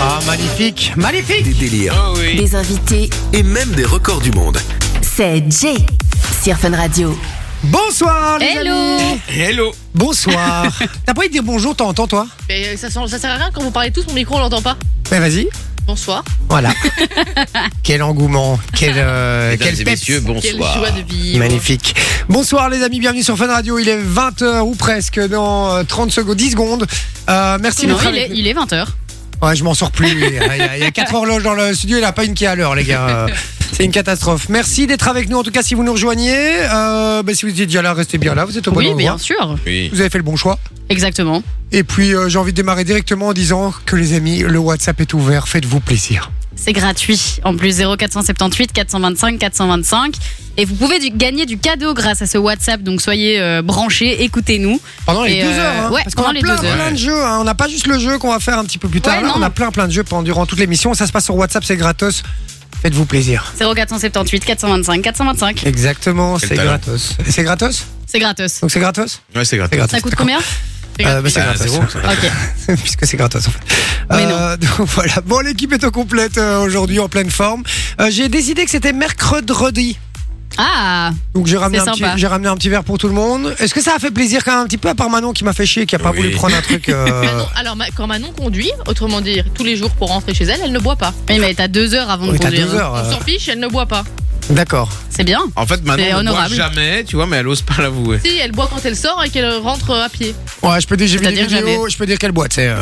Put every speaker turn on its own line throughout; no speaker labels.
Ah, magnifique, magnifique
des délires
Oh oui.
Des invités,
et même des records du monde.
c'est Jay sur Fun Radio.
Bonsoir les
Hello
amis.
Hello.
Bonsoir T'as pas envie de dire bonjour, t'entends toi
Mais euh, ça, sent- ça sert à rien quand vous parlez tous, mon micro on l'entend pas.
Ben vas-y,
Bonsoir.
voilà. quel engouement, quel, euh,
Mesdames
quel
et
peps.
messieurs,
Quelle
bonsoir.
joie de vivre.
Magnifique. Bonsoir les amis, bienvenue sur Fun Radio. Il est 20h ou presque dans euh, 30 secondes, 10 secondes. Euh, merci
Non,
d'être
il
avec
est, il est 20h.
Ouais, je m'en sors plus. euh, Il y, a, il y a quatre horloges dans le studio, il n'y en a pas une qui est à l'heure, les gars. Euh, C'est une catastrophe. Merci d'être avec nous. En tout cas, si vous nous rejoignez, euh, bah, si vous étiez déjà là, restez bien là. Vous êtes au bon
Oui,
endroit.
bien sûr.
Oui.
Vous avez fait le bon choix.
Exactement.
Et puis, euh, j'ai envie de démarrer directement en disant que les amis, le WhatsApp est ouvert. Faites-vous plaisir.
C'est gratuit. En plus, 0478 425 425. Et vous pouvez du- gagner du cadeau grâce à ce WhatsApp. Donc soyez euh, branchés, écoutez-nous.
Pendant les
Et,
deux
euh,
heures. hein.
ouais,
Parce qu'on
pendant
a
les
plein,
deux heures.
plein de jeux. hein. On n'a pas juste le jeu qu'on va faire un petit peu plus tard.
Ouais,
Là,
non.
on a plein, plein de jeux pendant, durant toute l'émission. Ça se passe sur WhatsApp, c'est gratos. Faites-vous plaisir.
0478 425 425.
Exactement,
Quel
c'est
talent.
gratos. Et C'est gratos
C'est gratos.
Donc c'est gratos
Ouais, c'est
C'est
gratuit.
gratos.
Ça coûte
d'accord.
combien
Euh, bah, C'est
Bah,
gratos.
zéro, ça.
Ok.
puisque c'est gratos en fait.
Mais
Euh, donc voilà. Bon, l'équipe est au complète euh, aujourd'hui en pleine forme. Euh, j'ai décidé que c'était mercredi.
Ah
Donc j'ai ramené,
C'est
un petit,
sympa.
j'ai ramené un petit verre pour tout le monde. Est-ce que ça a fait plaisir quand même un petit peu à part Manon qui m'a fait chier qui a pas
Oui.
voulu prendre un truc euh,
Manon- alors, ma- quand Manon conduit, autrement dire, tous les jours pour rentrer chez elle, elle ne boit pas.
Oui, mais t'as deux heures avant
Oui,
de
t'as
conduire.
deux heures.
On
euh,
s'en fiche, elle ne boit pas.
D'accord.
C'est bien.
En fait,
C'est
Manon ne boit
honorable.
jamais, tu vois, mais elle ose pas l'avouer.
Si, elle boit quand elle sort et qu'elle rentre à pied.
Ouais, je peux dire j'ai vu des
C'est-à-dire
vidéos,
jamais.
je peux dire quelle boîte c'est. euh,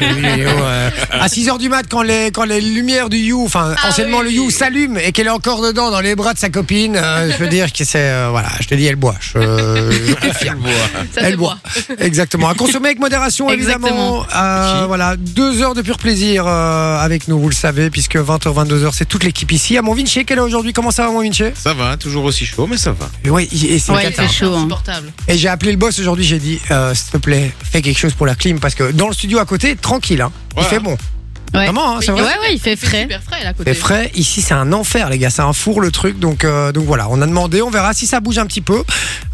j'ai vu des vidéos, euh, à 6h du mat quand les quand les lumières du You, enfin
Ah
anciennement
oui.
le You s'allume et qu'elle est encore dedans dans les bras de sa copine, euh, je peux dire que c'est euh, voilà, je te dis elle boit. Je, je confirme.
Elle boit.
Ça
Elle
se
boit. Exactement. À consommer avec modération, évidemment.
Exactement.
Euh,
Chi.
voilà, deux heures de pur plaisir euh, avec nous, vous le savez, puisque 20h, 22h, c'est toute l'équipe ici. À mon Vinci, qu'elle est aujourd'hui Comment ça va, mon Vinci
Ça va, toujours aussi chaud, mais ça va.
Oui, et c'est
Ouais,
une
il
cata.
fait chaud. hein.
Insupportable.
Et j'ai appelé le boss aujourd'hui, j'ai dit, euh, s'il te plaît, fais quelque chose pour la clim, parce que dans le studio à côté, tranquille, hein,
Voilà.
il fait bon.
Ouais.
Vraiment, hein, c'est
Ouais,
vrai.
ouais, il fait frais.
Super frais, elle, à
C'est
côté.
frais, ici c'est un enfer les gars, c'est un four le truc, donc, euh, donc voilà, on a demandé, on verra si ça bouge un petit peu.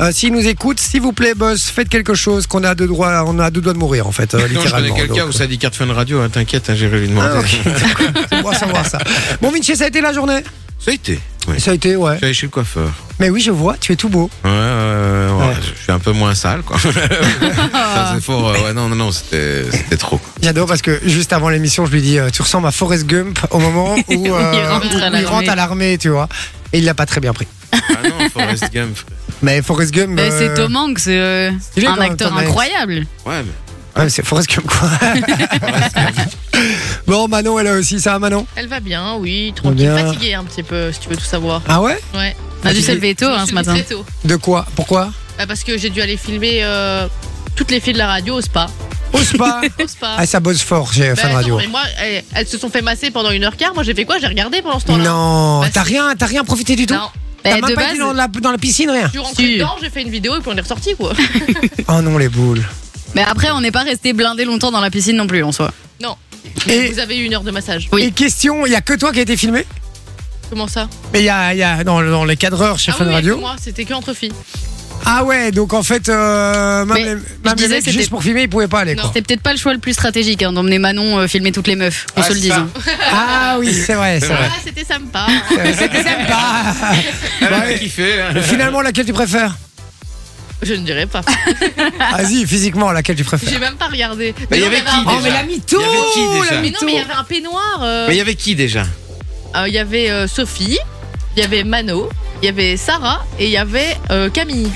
Euh, S'il nous écoute, s'il vous plaît boss, faites quelque chose qu'on a deux doigts, on a deux doigts de mourir en fait, euh,
Non, je
littéralement.
connais quelqu'un
donc,
où ça dit carte fun radio, hein, t'inquiète, hein, j'irai lui demander.
Ah, ok. C'est bon à savoir ça. Bon, Vinci, ça a été la journée
Ça a été. ouais.
Ça a été, ouais.
Je suis allé chez le coiffeur.
Mais oui, je vois, tu es tout beau.
Ouais, ouais, ouais, ouais,
Ouais.
Je suis un peu moins sale, quoi. ça, c'est fort. euh, ouais, non, non, non, c'était c'était trop.
J'adore parce que juste avant l'émission, je lui dis euh, Tu ressembles à Forrest Gump au moment où, euh,
il rentre à
où il rentre à l'armée, tu vois. Et il l'a pas très bien pris.
Ah non, Forrest Gump.
Mais Forrest Gump.
Mais
euh,
c'est Tom Hanks, euh,
il est
un
quand même
acteur
Tom Hanks.
incroyable.
Ouais, mais
ouais, mais c'est Forrest Gump, quoi. bon, Manon, elle a aussi ça, Manon
Elle va bien, oui, tranquille.
Bien.
Fatiguée un petit peu, si tu veux tout savoir.
Ah ouais
Ouais.
On a dû se
Fatigué.
lever tôt
Je
hein,
me
ce
suis
matin.
levée très tôt.
De quoi Pourquoi
Bah, parce que j'ai dû aller filmer euh, toutes les filles de la radio au spa.
Au spa
Au spa.
Ah, ça bosse fort chez
Bah,
Fun
attends,
Radio.
mais moi, elles, elles se sont fait masser pendant une heure quart. Moi, j'ai fait quoi J'ai regardé pendant ce temps-là.
Non,
Bah,
t'as
si.
rien, t'as rien profité du tout
Non.
T'as
Bah,
même
de
pas été
base,
dans la, dans la piscine, rien.
Je suis rentrée
Si.
dedans, j'ai fait une vidéo et puis on est ressorti quoi.
Oh non, les boules.
mais après, on n'est pas resté blindé longtemps dans la piscine non plus en soi.
Non.
Et-
Vous avez eu une heure de massage.
Oui.
Et question, il y a que toi qui a été filmé
Comment ça
Mais il y a, il y a dans, dans les cadreurs chez
Ah
Fun
oui,
Radio.
avec moi, c'était que entre filles.
Ah ouais, donc en fait, euh, même,
Mais
les-
je
même les
disais,
mecs,
c'était-
juste pour filmer, ils pouvaient pas aller.
Non.
Quoi.
C'était peut-être pas le choix le plus stratégique hein, d'emmener Manon euh, filmer toutes les meufs, on
Ah,
se le dise.
ça.
hein.
Ah oui, c'est vrai, c'est vrai.
Ah, c'était sympa.
C'était sympa.
elle a
Ouais.
kiffé. hein.
Finalement, laquelle tu préfères
Je ne dirais pas.
Vas-y, physiquement, laquelle tu
J'ai
préfères
même pas regardé.
Mais il y
non,
avait
un-
qui déjà
mytho
Il y avait qui, déjà
Oh, la
Mais non, mais il y
mytho.
avait un peignoir. euh, euh,
Mais il
Il
y avait qui déjà
y avait euh, Sophie, il y avait Mano, il y avait Sarah et il y avait euh, Camille.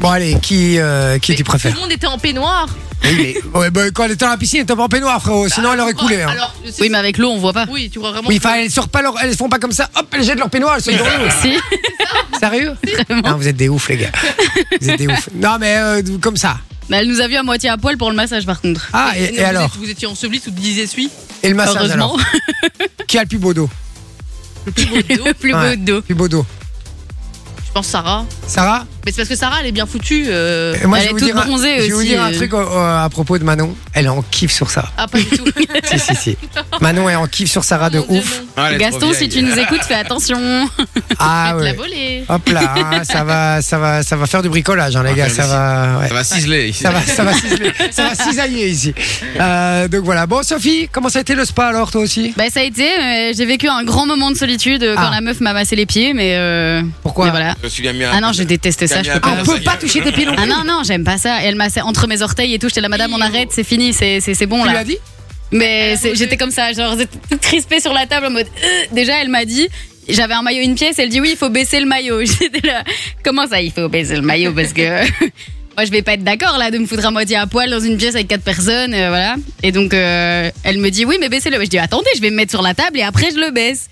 Bon allez, qui, euh, qui
Mais
tu
Tout
préfères
le monde était en peignoir.
Ouais, bah, quand elle était dans la piscine, elle était pas en peignoir, frérot. Sinon, elle aurait coulé. hein.
Bah, Alors, je sais-
Oui, mais avec l'eau, on voit pas.
oui, tu vois vraiment.
Oui, enfin, elles sortent pas leur, elles font pas comme ça. Hop, elles jettent leur peignoir, elles sont dans l'eau.
Si,
Sérieux
vraiment.
Non, vous êtes des oufs, les gars. Vous êtes des oufs. Non, mais euh, comme ça.
Mais elle nous a vu à moitié à poil pour le massage par contre.
Ah,
Non,
et,
vous
et
êtes-
alors
Vous étiez ensevelis sous 10 essuies.
Et le massage alors
Heureusement,
Qui a le plus beau dos
Le plus beau dos,
le plus
Ouais.
beau dos.
Le plus beau dos
je pense Sarah.
Sarah
Mais c'est parce que Sarah, elle est bien foutue. euh,
Et moi,
Elle
je vais
est
vous
toute
dire un-
bronzée
Je vais vous
aussi,
dire un
euh.
truc euh, euh, à propos de Manon. Elle est en kiff sur ça.
Ah, pas du tout.
si, si, si. Manon est en kiff sur Sarah de
Mon Dieu,
ouf.
non.
Ah, elle est trop
Gaston, si
vieille.
tu nous écoutes, fais attention.
Ah
Elle te l'a
ouais.
volée.
Hop là, hein, ça va, ça va, ça va faire du bricolage, hein, les
Ah,
gars.
mais
Ça
si.
va, ouais.
Ça va ciseler ici.
ça va, ça va, ciseler, ça va cisailler ici. Euh, donc voilà. Bon, Sophie, comment ça a été le spa alors, toi aussi
Bah ça a été, euh, j'ai vécu un grand moment de solitude euh, quand
Ah.
la meuf m'a massé les pieds, mais, euh,
Pourquoi
mais voilà.
Je me souviens bien.
Ah non, je déteste ça, je peux
Ah,
pas.
On peut pas toucher tes pieds non
Ah
plus.
non, non, j'aime pas ça. Et elle massait entre mes orteils et tout. J'étais là, madame, on arrête, c'est fini, c'est c'est- c'est bon
Tu
là.
l'as dit
Mais c'est- j'étais comme ça, genre j'étais toute crispée sur la table en mode. euh, déjà, elle m'a dit. J'avais un maillot, une pièce, elle dit oui, il faut baisser le maillot. J'étais là. Comment ça, il faut baisser le maillot Parce que moi, je vais pas être d'accord là de me foutre à moitié à poil dans une pièce avec quatre personnes, euh, voilà. Et donc, euh, elle me dit oui, mais baissez-le. Je dis attendez, je vais me mettre sur la table et après, je le baisse.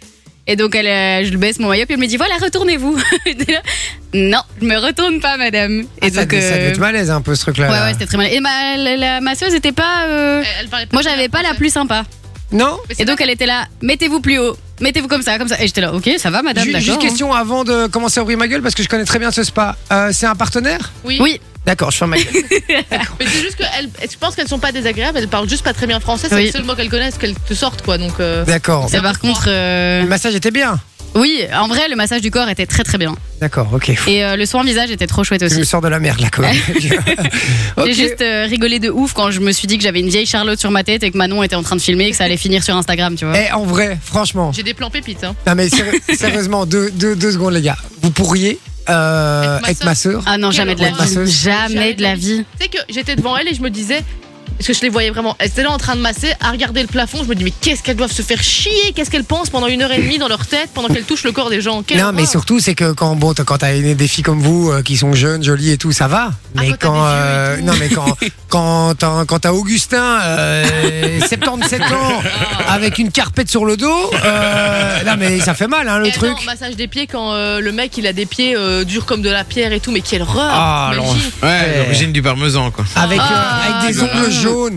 Et donc, elle, euh, je le baisse mon maillot, puis elle me dit voilà, retournez-vous. J'étais là, non, je me retourne pas, madame. Et
Ah, ça,
donc,
devait- ça devait
euh,
être euh. malaise un peu ce truc-là.
ouais, ouais, c'était très mal. Et ma, la, la masseuse était pas. euh,
Elle- elle parlait pas
moi,
bien
j'avais pas la
français.
plus sympa.
non
Mais c'est
Et donc
pas-
elle était là, mettez-vous plus haut, mettez-vous comme ça, comme ça. Et j'étais là, ok, ça va madame,
Ju-
d'accord.
Juste
hein.
question avant de commencer à ouvrir ma gueule parce que je connais très bien ce spa. Euh, c'est un partenaire
Oui.
Oui,
D'accord, je ferme ma gueule.
Mais c'est juste que elle- je pense qu'elles sont pas désagréables, elles parlent juste pas très bien français. C'est
Oui.
le seul mot qu'elles connaissent, qu'elles te sortent quoi. Donc. euh,
D'accord.
ça par contre, euh,
Le massage était bien.
oui, en vrai, le massage du corps était très très bien.
D'accord, ok.
Et euh, le soin visage était trop chouette
Tu me
aussi.
sors de la merde là quand même.
J'ai juste euh, rigolé de ouf quand je me suis dit que j'avais une vieille Charlotte sur ma tête et que Manon était en train de filmer et que ça allait finir sur Instagram, tu vois.
Eh, en vrai, franchement.
J'ai des plans pépites. Hein.
Non mais sérieux- sérieusement, deux, deux, deux secondes les gars. Vous pourriez euh,
Être
être masseur
Ah non, jamais de la
Quelle horreur.
vie. Jamais de la vie.
Tu sais que j'étais devant elle et je me disais. Parce que je les voyais vraiment. Elles étaient là en train de masser, à regarder le plafond. Je me dis, mais qu'est-ce qu'elles doivent se faire chier Qu'est-ce qu'elles pensent pendant une heure et demie dans leur tête, pendant qu'elles touchent le corps des gens Quelle
Non mais
horreur.
surtout c'est que quand bon t'as- quand t'as une- des filles comme vous euh, qui sont jeunes jolies et tout ça va mais
Ah,
euh,
quand t'as des yeux et tout.
non mais quand quand t'as- quand t'as Augustin euh, 77
Ah.
ans avec une carpette sur le dos euh, non mais ça fait mal hein, le
Et
truc
attends, massage des pieds quand euh, le mec il a des pieds euh, durs comme de la pierre et tout, mais quelle horreur
Ah,
Imagine.
l'enfer.
Ouais, l'origine du parmesan, quoi.
avec euh,
Ah,
avec des
non.
ongles jaunes
Oh.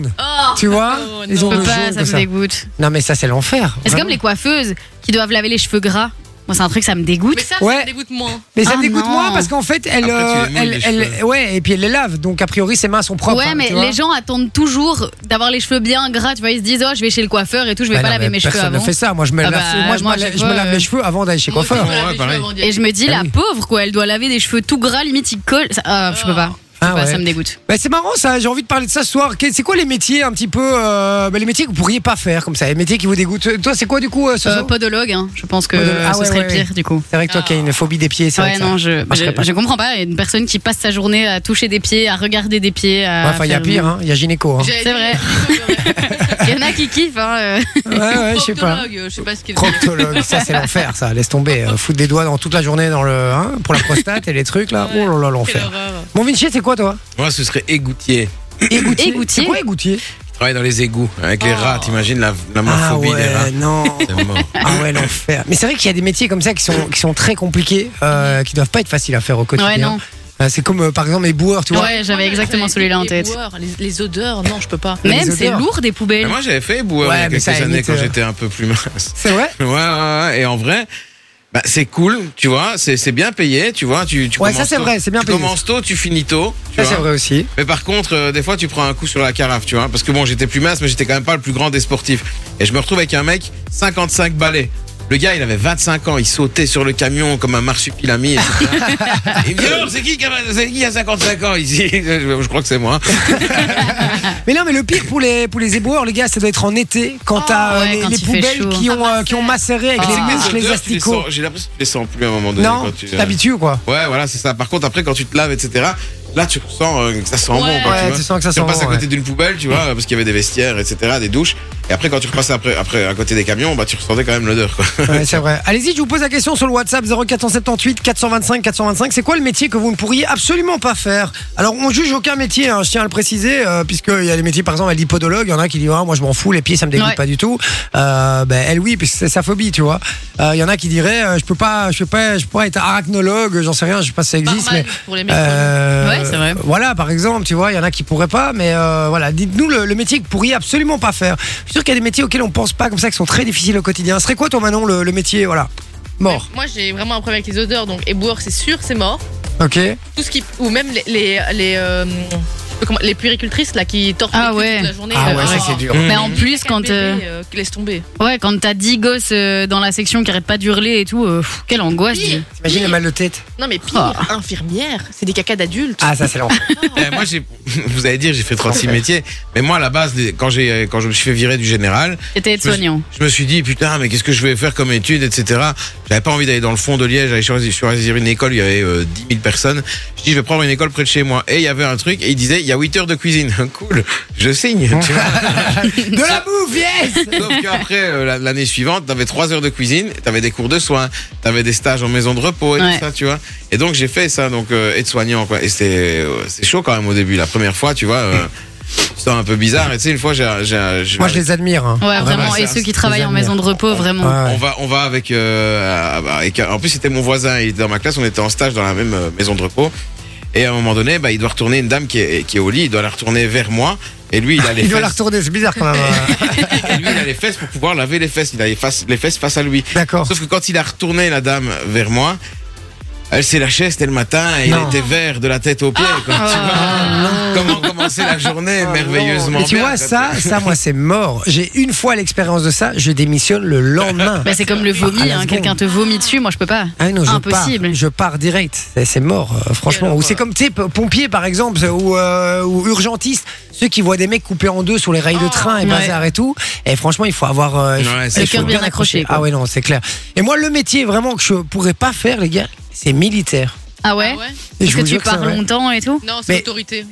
tu vois
Oh,
les
non.
Je
ongles
peux pas,
jaunes
ça
comme
me
ça.
dégoûte.
non mais ça c'est l'enfer
C'est
vraiment.
comme les coiffeuses qui doivent laver les cheveux gras. Moi, c'est un truc, ça me
Mais
dégoûte.
ça,
Ouais.
ça me dégoûte moins.
Mais ça
Ah
me dégoûte
non.
moins parce qu'en fait, elle,
Après, tu les
euh,
mouilles,
elle,
les
elle- ouais, et puis elle les lave. Donc a priori, ses mains sont propres.
ouais,
hein,
mais
tu vois.
les gens attendent toujours d'avoir les cheveux bien gras. Tu vois, ils se disent, oh, je vais chez le coiffeur et tout, je vais
Bah
pas
non,
laver
mais
mes cheveux
Personne ne
avant.
fait ça. Moi, je me,
Ah
lave,
bah,
moi, je
moi,
me
à
la-
chaque
je me
fois,
lave
euh,
les cheveux avant d'aller chez
Moi aussi, je
coiffeur.
me lave
Ouais,
les
pareil.
cheveux avant d'y aller.
Et je me dis,
Ah
la
oui.
pauvre, quoi, elle doit laver des cheveux tout gras, limite, ils collent. Ça- Ah, je peux pas. Je peux
Ah
pas,
ouais.
ça me dégoûte.
Bah, c'est marrant ça. J'ai envie de parler de ça ce soir. Que- C'est quoi les métiers un petit peu, euh, bah, les métiers que vous pourriez pas faire comme ça, les métiers qui vous dégoûtent. Toi, c'est quoi du coup, euh, Soso
Euh, podologue, hein, je pense que
Podologue. Ah
ce
ouais,
serait
ouais,
le pire, du coup.
C'est vrai que toi, qui as une phobie des pieds, c'est
Ouais,
vrai. que ça-
non, je,
marcherait
je,
pas.
je comprends pas. Une personne qui passe sa journée à toucher des pieds, à regarder des pieds. à
Ouais, Enfin, il y a
faire-
pire. hein. Il y a gynéco. hein.
J'allais
C'est
dire,
vrai.
gynécologue,
Il y en a qui kiffent. Hein, euh.
Ouais, ouais, je sais pas.
proctologue, Je sais pas ce qu'il
Proctologue, ça c'est l'enfer, ça. Laisse tomber. Euh, foutre des doigts dans toute la journée dans le, hein, pour la prostate et les trucs là. Oh là là,
Quelle
l'enfer.
horreur.
Mon Vinci, c'est quoi toi
Moi, ce serait égoutier.
Égoutier.
Égoutier.
C'est quoi égoutier
Je travaille dans les égouts. hein, Avec les
Oh.
rats, t'imagines la, la
Ah
morphobie des rats.
ouais, non.
C'est mort.
Ah ouais, l'enfer. Mais c'est vrai qu'il y a des métiers comme ça qui sont, qui sont très compliqués, euh, qui doivent pas être faciles à faire au quotidien.
Ouais, non.
Euh, c'est comme euh, par exemple les boueurs, tu vois.
Ouais, j'avais
Moi,
exactement
j'avais
celui-là en
les
tête.
boueurs, Les, les odeurs, non, je peux pas.
Les
Même, c'est
odeurs.
lourd des
Mais
poubelles.
moi, j'avais fait boueur
Ouais,
il y a
mais
quelques
ça,
années
limite,
quand
euh,
j'étais un peu plus mince.
C'est vrai
Ouais, ouais, ouais. Et en vrai, bah, c'est cool, tu vois. C'est c'est bien payé, tu vois. Tu, tu
Ouais, ça,
commences
c'est
tôt.
vrai, c'est bien
Tu
payé.
commences tôt, tu finis tôt. Tu
Ça
vois.
c'est vrai aussi.
Mais par contre, euh, des fois, tu prends un coup sur la carafe, tu vois. Parce que bon, j'étais plus mince, mais j'étais quand même pas le plus grand des sportifs. Et je me retrouve avec un mec, 55 balais. Le gars, il avait 25 ans, il sautait sur le camion comme un marsupilami. etc. il me dit alors, c'est qui qui a, c'est qui qui a 55 ans ici je, je crois que c'est moi.
Ah, Mais non, mais le pire pour les pour les éboueurs, les gars, ça doit être en été quand t'as euh,
Oh, ouais,
les,
quand
les
il fait
poubelles
chaud. Ah, bah,
qui ont euh, qui ont macéré avec
Tu sais que
les mouches,
odeurs,
les
tu Ah, les
asticots.
sens- J'ai l'impression que tu les sens plus à un moment donné.
Non,
quand tu- euh,
t'habitues ou quoi
Ouais, voilà, c'est ça. Par contre, après, quand tu te laves, etc., là, tu ressens euh, que ça sent bon. Quoi,
Ouais,
tu, vois.
tu sens que ça
Si
sent
on passe
bon,
à côté d'une poubelle, tu vois, parce qu'il y avait des vestiaires, etc., des douches. Et après, quand tu repasses après, après à côté des camions, bah, tu ressentais quand même l'odeur. quoi.
Ouais, c'est vrai. Allez-y, je vous pose la question sur le WhatsApp 0478 425 425. C'est quoi le métier que vous ne pourriez absolument pas faire Alors, on juge aucun métier, hein, je tiens à le préciser, euh, puisqu'il y a les métiers, par exemple, elle dit podologue, il y en a qui disent ah, Moi, je m'en fous, les pieds, ça me dégoûte
Ouais.
pas du tout. Euh, ben, elle, oui, puisque c'est sa phobie, tu vois. Euh, Il y en a qui diraient euh, Je peux pas, je peux pas, je peux pas être arachnologue, j'en sais rien, je sais pas si ça existe,
Barman,
mais.
pour les mécologues.
Euh,
Ouais, c'est vrai.
Voilà, par exemple, tu vois, il y en a qui pourraient pas, mais euh, voilà, dites-nous le, le métier que vous pourriez absolument pas faire. Je suis sûr qu'il y a des métiers auxquels on pense pas comme ça, qui sont très difficiles au quotidien. Ce serait quoi, toi, Manon, le, le métier, voilà, mort
Moi, j'ai vraiment un problème avec les odeurs, donc éboueur, c'est sûr, c'est mort.
Ok.
Tout ce qui, ou même les les les, euh, comment- les puéricultrices là qui torpent
Ah
les culs
ouais.
toute la journée.
Ah ouais,
euh,
ça c'est dur.
Mais en plus, quand, euh,
Bébé, euh, laisse tomber.
ouais, quand t'as 10 gosses euh, dans la section qui arrêtent pas d'hurler et tout, euh, pff, quelle angoisse. dis.
T'imagines le mal de tête
Non mais pire, infirmière, c'est des cacas d'adultes.
Ah, ça c'est l'enfer.
Eh, moi, j'ai, vous allez dire, j'ai fait 36 métiers, mais moi, à la base, les- quand j'ai, quand je me suis fait virer du général,
T'étais aide-soignant.
je me suis dit, putain, mais qu'est-ce que je vais faire comme étude, etc. J'avais pas envie d'aller dans le fond de Liège, j'avais choisi, je suis allé sur une école, il y avait euh, 10 000 personnes. Je dis, je vais prendre une école près de chez moi. Et il y avait un truc, et il disait, il y a 8 heures de cuisine. cool, je signe, tu vois.
de la bouffe, yes
Sauf qu'après, euh, la- l'année suivante, t'avais trois heures de cuisine, t'avais des cours de soins, t'avais des stages en maison de repos et
Ouais.
tout ça, tu vois. Et donc, j'ai fait ça, donc, euh, aide-soignant, quoi. Et c'était, euh, c'est chaud quand même au début, la première fois, tu vois. Euh, c'était un peu bizarre. Et tu sais, une fois, j'ai, j'ai, j'ai-
Moi je les admire. hein.
Ouais, vraiment.
bah,
Et
ça,
ceux qui
c'est
travaillent en
génial.
maison de repos, vraiment.
Ouais, ouais.
on va, on va avec, euh, avec- En plus, c'était mon voisin. Il était dans ma classe. On était en stage dans la même euh, maison de repos. Et à un moment donné, bah, il doit retourner une dame qui est, qui est au lit. Il doit la retourner vers moi. Et lui, il a les
Il doit la
fesses.
retourner, c'est bizarre quand même. hein.
et lui, il a les fesses pour pouvoir laver les fesses. Il a les fesses, les fesses face à lui.
D'accord.
Sauf que quand il a retourné la dame vers moi, elle s'est lâchée, c'était le matin, et
Non. Ah,
il était vert de la tête aux pieds. quoi, tu vois. Comment commencer la journée merveilleusement
Mais tu
bien,
vois,
quoi.
ça, ça, moi, c'est mort. J'ai une fois l'expérience de ça, je démissionne le lendemain.
Bah, c'est comme le
Ah,
vomi,
la
hein,
seconde.
quelqu'un te vomit dessus, moi je peux pas.
Ah non, je
Impossible.
pars, je pars direct, c'est, c'est mort, euh, franchement.
Quelle
Ou c'est comme tu sais, p- pompier par exemple, ou, euh, ou urgentiste, ceux qui voient des mecs coupés en deux sur les rails de train et
Oh, ouais.
bazar et tout. Et franchement, il faut avoir euh, il faut-
Ouais,
il
c'est
faut
chaud. Le
cœur bien accroché, quoi.
Ah ouais, non, c'est clair. Et moi, le métier vraiment que je pourrais pas faire, les gars, c'est militaire.
Ah ouais,
Ah ouais
Et
Parce
je
que
vous
tu
jure c'est
pars
vrai.
longtemps et tout
Non, c'est
Mais-
l'autorité.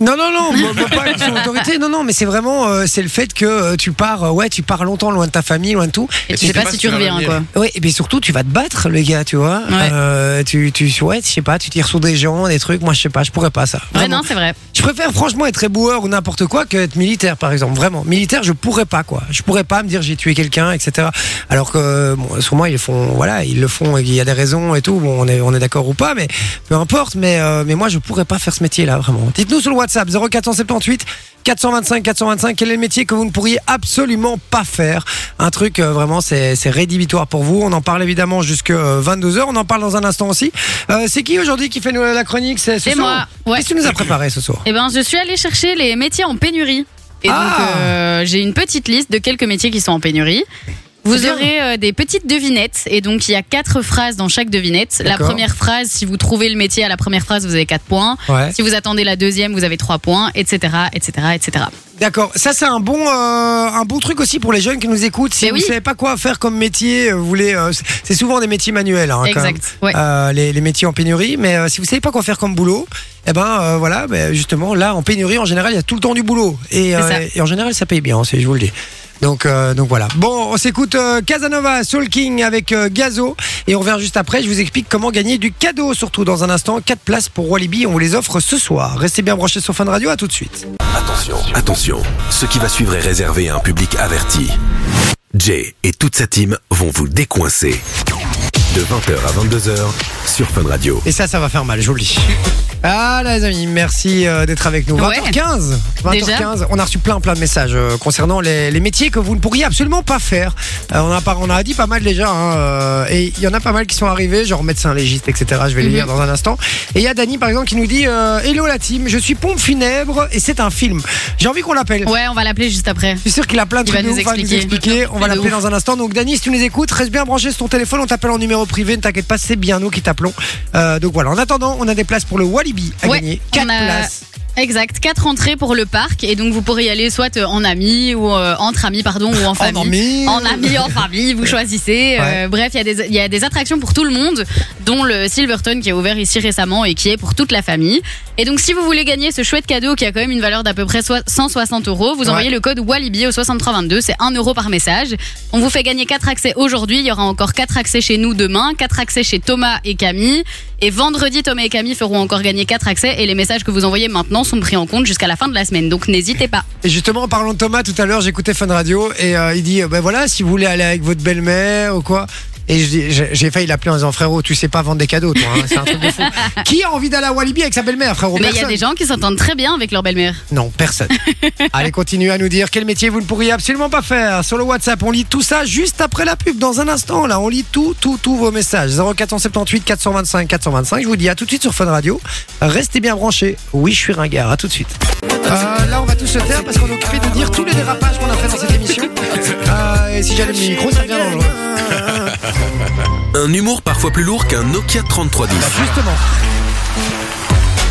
Non, non, non, moi, moi, pas sur l'autorité, non, non, mais c'est vraiment, euh, c'est le fait que euh, tu pars, euh, ouais, tu pars longtemps, loin de ta famille, loin de tout.
Et tu sais pas si tu
vas
reviens,
revenir.
quoi.
Ouais, et puis surtout, tu vas te battre, le gars, tu vois.
Ouais.
Euh, tu, tu, ouais, je sais pas, tu tires sur des gens, des trucs. Moi, je sais pas, je pourrais pas ça.
Ouais,
Vraiment.
non, c'est vrai.
Je préfère franchement être éboueur ou n'importe quoi que être militaire, par exemple. Vraiment, militaire, je pourrais pas quoi. Je pourrais pas me dire j'ai tué quelqu'un, etc. Alors que euh, bon, sur moi ils le font, voilà, ils le font. et Il y a des raisons et tout. Bon, on est, on est d'accord ou pas, mais peu importe. Mais, euh, mais moi, je pourrais pas faire ce métier-là, vraiment. Dites-nous sur le WhatsApp 0478 425 425. Quel est le métier que vous ne pourriez absolument pas faire Un truc euh, vraiment, c'est c'est rédhibitoire pour vous. On en parle évidemment jusque 22 h On en parle dans un instant aussi. Euh, c'est qui aujourd'hui qui fait nous la chronique C'est
C'est
Soso
moi. Ouais.
Qu'est-ce que tu nous as préparé ce soir
Eh ben, je suis allée chercher les métiers en pénurie. Et
Ah.
donc, euh, j'ai une petite liste de quelques métiers qui sont en pénurie. Vous
bien.
aurez euh, des petites devinettes. Et donc, il y a quatre phrases dans chaque devinette. La
D'accord.
première phrase, si vous trouvez le métier à la première phrase, vous avez quatre points.
Ouais.
Si vous attendez la deuxième, vous avez trois points, etc., etc., etc.
D'accord. Ça, c'est un bon, euh, un bon truc aussi pour les jeunes qui nous écoutent. Si
Mais
vous
oui.
savez pas quoi faire comme métier, euh, vous voulez, euh, c'est- c'est souvent des métiers manuels, hein, quand même.
Exact. Ouais.
Euh, les, les métiers en pénurie. Mais euh, si vous savez pas quoi faire comme boulot, eh ben euh, voilà, ben, justement, là, en pénurie, en général, il y a tout le temps du boulot. Et,
C'est
euh,
ça.
et en général, ça paye bien, c'est- je vous le dis. Donc, euh, donc voilà. Bon, on s'écoute euh, Casanova, Soul King avec euh, Gazo. Et on revient juste après. Je vous explique comment gagner du cadeau, surtout dans un instant. 4 places pour Roi Liby. On vous les offre ce soir. Restez bien branchés sur Fun Radio. À tout de suite.
Attention, attention, ce qui va suivre est réservé à un public averti. Jay et toute sa team vont vous décoincer. De 20h à 22h sur Fun Radio.
Et ça, ça va faire mal, je vous le dis. Ah les amis, merci euh, d'être avec nous.
Ouais.
20h15, 20h15,
Déjà
on a reçu plein plein de messages euh, concernant les, les métiers que vous ne pourriez absolument pas faire. Euh, on, a, par- on a dit pas mal déjà, hein, euh, et il y en a pas mal qui sont arrivés, genre médecin légiste, etc. Je vais
Mhm.
les lire dans un instant. Et il y a Dani par exemple qui nous dit euh, Hello la team, je suis pompe funèbre et c'est un film. J'ai envie qu'on l'appelle.
Ouais, on va l'appeler juste après.
Je suis sûr qu'il a plein de
Il
trucs
va
de
nous
ouf à nous
expliquer.
expliquer. On va
De
l'appeler
ouf.
dans un instant. Donc, Dany, si tu nous écoutes, reste bien branché sur ton téléphone. On t'appelle en numéro privé. Ne t'inquiète pas, c'est bien nous qui t'appelons. Euh, donc voilà. En attendant, on a des places pour le Walibi à
Ouais,
gagner.
on
4
a-
places.
Exact, quatre entrées pour le parc et donc vous pourrez y aller soit euh, en ami ou euh, entre amis pardon ou en famille.
ami.
en ami, en famille, vous choisissez. Euh, bref, il y, a des- il y a des attractions pour tout le monde, dont le Silverton qui est ouvert ici récemment et qui est pour toute la famille. Et donc, si vous voulez gagner ce chouette cadeau qui a quand même une valeur d'à peu près soi- 160 euros, vous envoyez le code Walibi au 6322, c'est 1 euro par message. On vous fait gagner quatre accès aujourd'hui, il y aura encore quatre accès chez nous demain, quatre accès chez Thomas et Camille. Et vendredi, Thomas et Camille feront encore gagner quatre accès et les messages que vous envoyez maintenant sont pris en compte jusqu'à la fin de la semaine, donc n'hésitez pas.
Et justement, en parlant de Thomas, tout à l'heure, j'écoutais Fun Radio et euh, il dit euh, ben voilà, si vous voulez aller avec votre belle-mère ou quoi. Et je dis- j'ai j'ai failli l'appeler en disant frérot, tu sais pas vendre des cadeaux, toi. hein, c'est un truc de fou. Qui a envie d'aller à Walibi avec sa belle-mère, frérot
Mais il y a
Personne. Ah
des gens qui s'entendent très bien avec leur belle-mère.
Non, personne. Allez, continuez à nous dire quel métier vous ne pourriez absolument pas faire. Sur le WhatsApp, on lit tout ça juste après la pub, dans un instant. Là, on lit tout, tout, tous vos messages. 0478 425 425. Je vous dis à tout de suite sur Fun Radio. Restez bien branchés. Oui, je suis ringard. À tout de suite. Euh, là, on va tous se taire parce qu'on est occupé de dire tous les dérapages qu'on a fait dans cette émission. Euh, et si j'allume le micro, ça devient dangereux.
Un humour parfois plus lourd qu'un Nokia 3310.
Justement.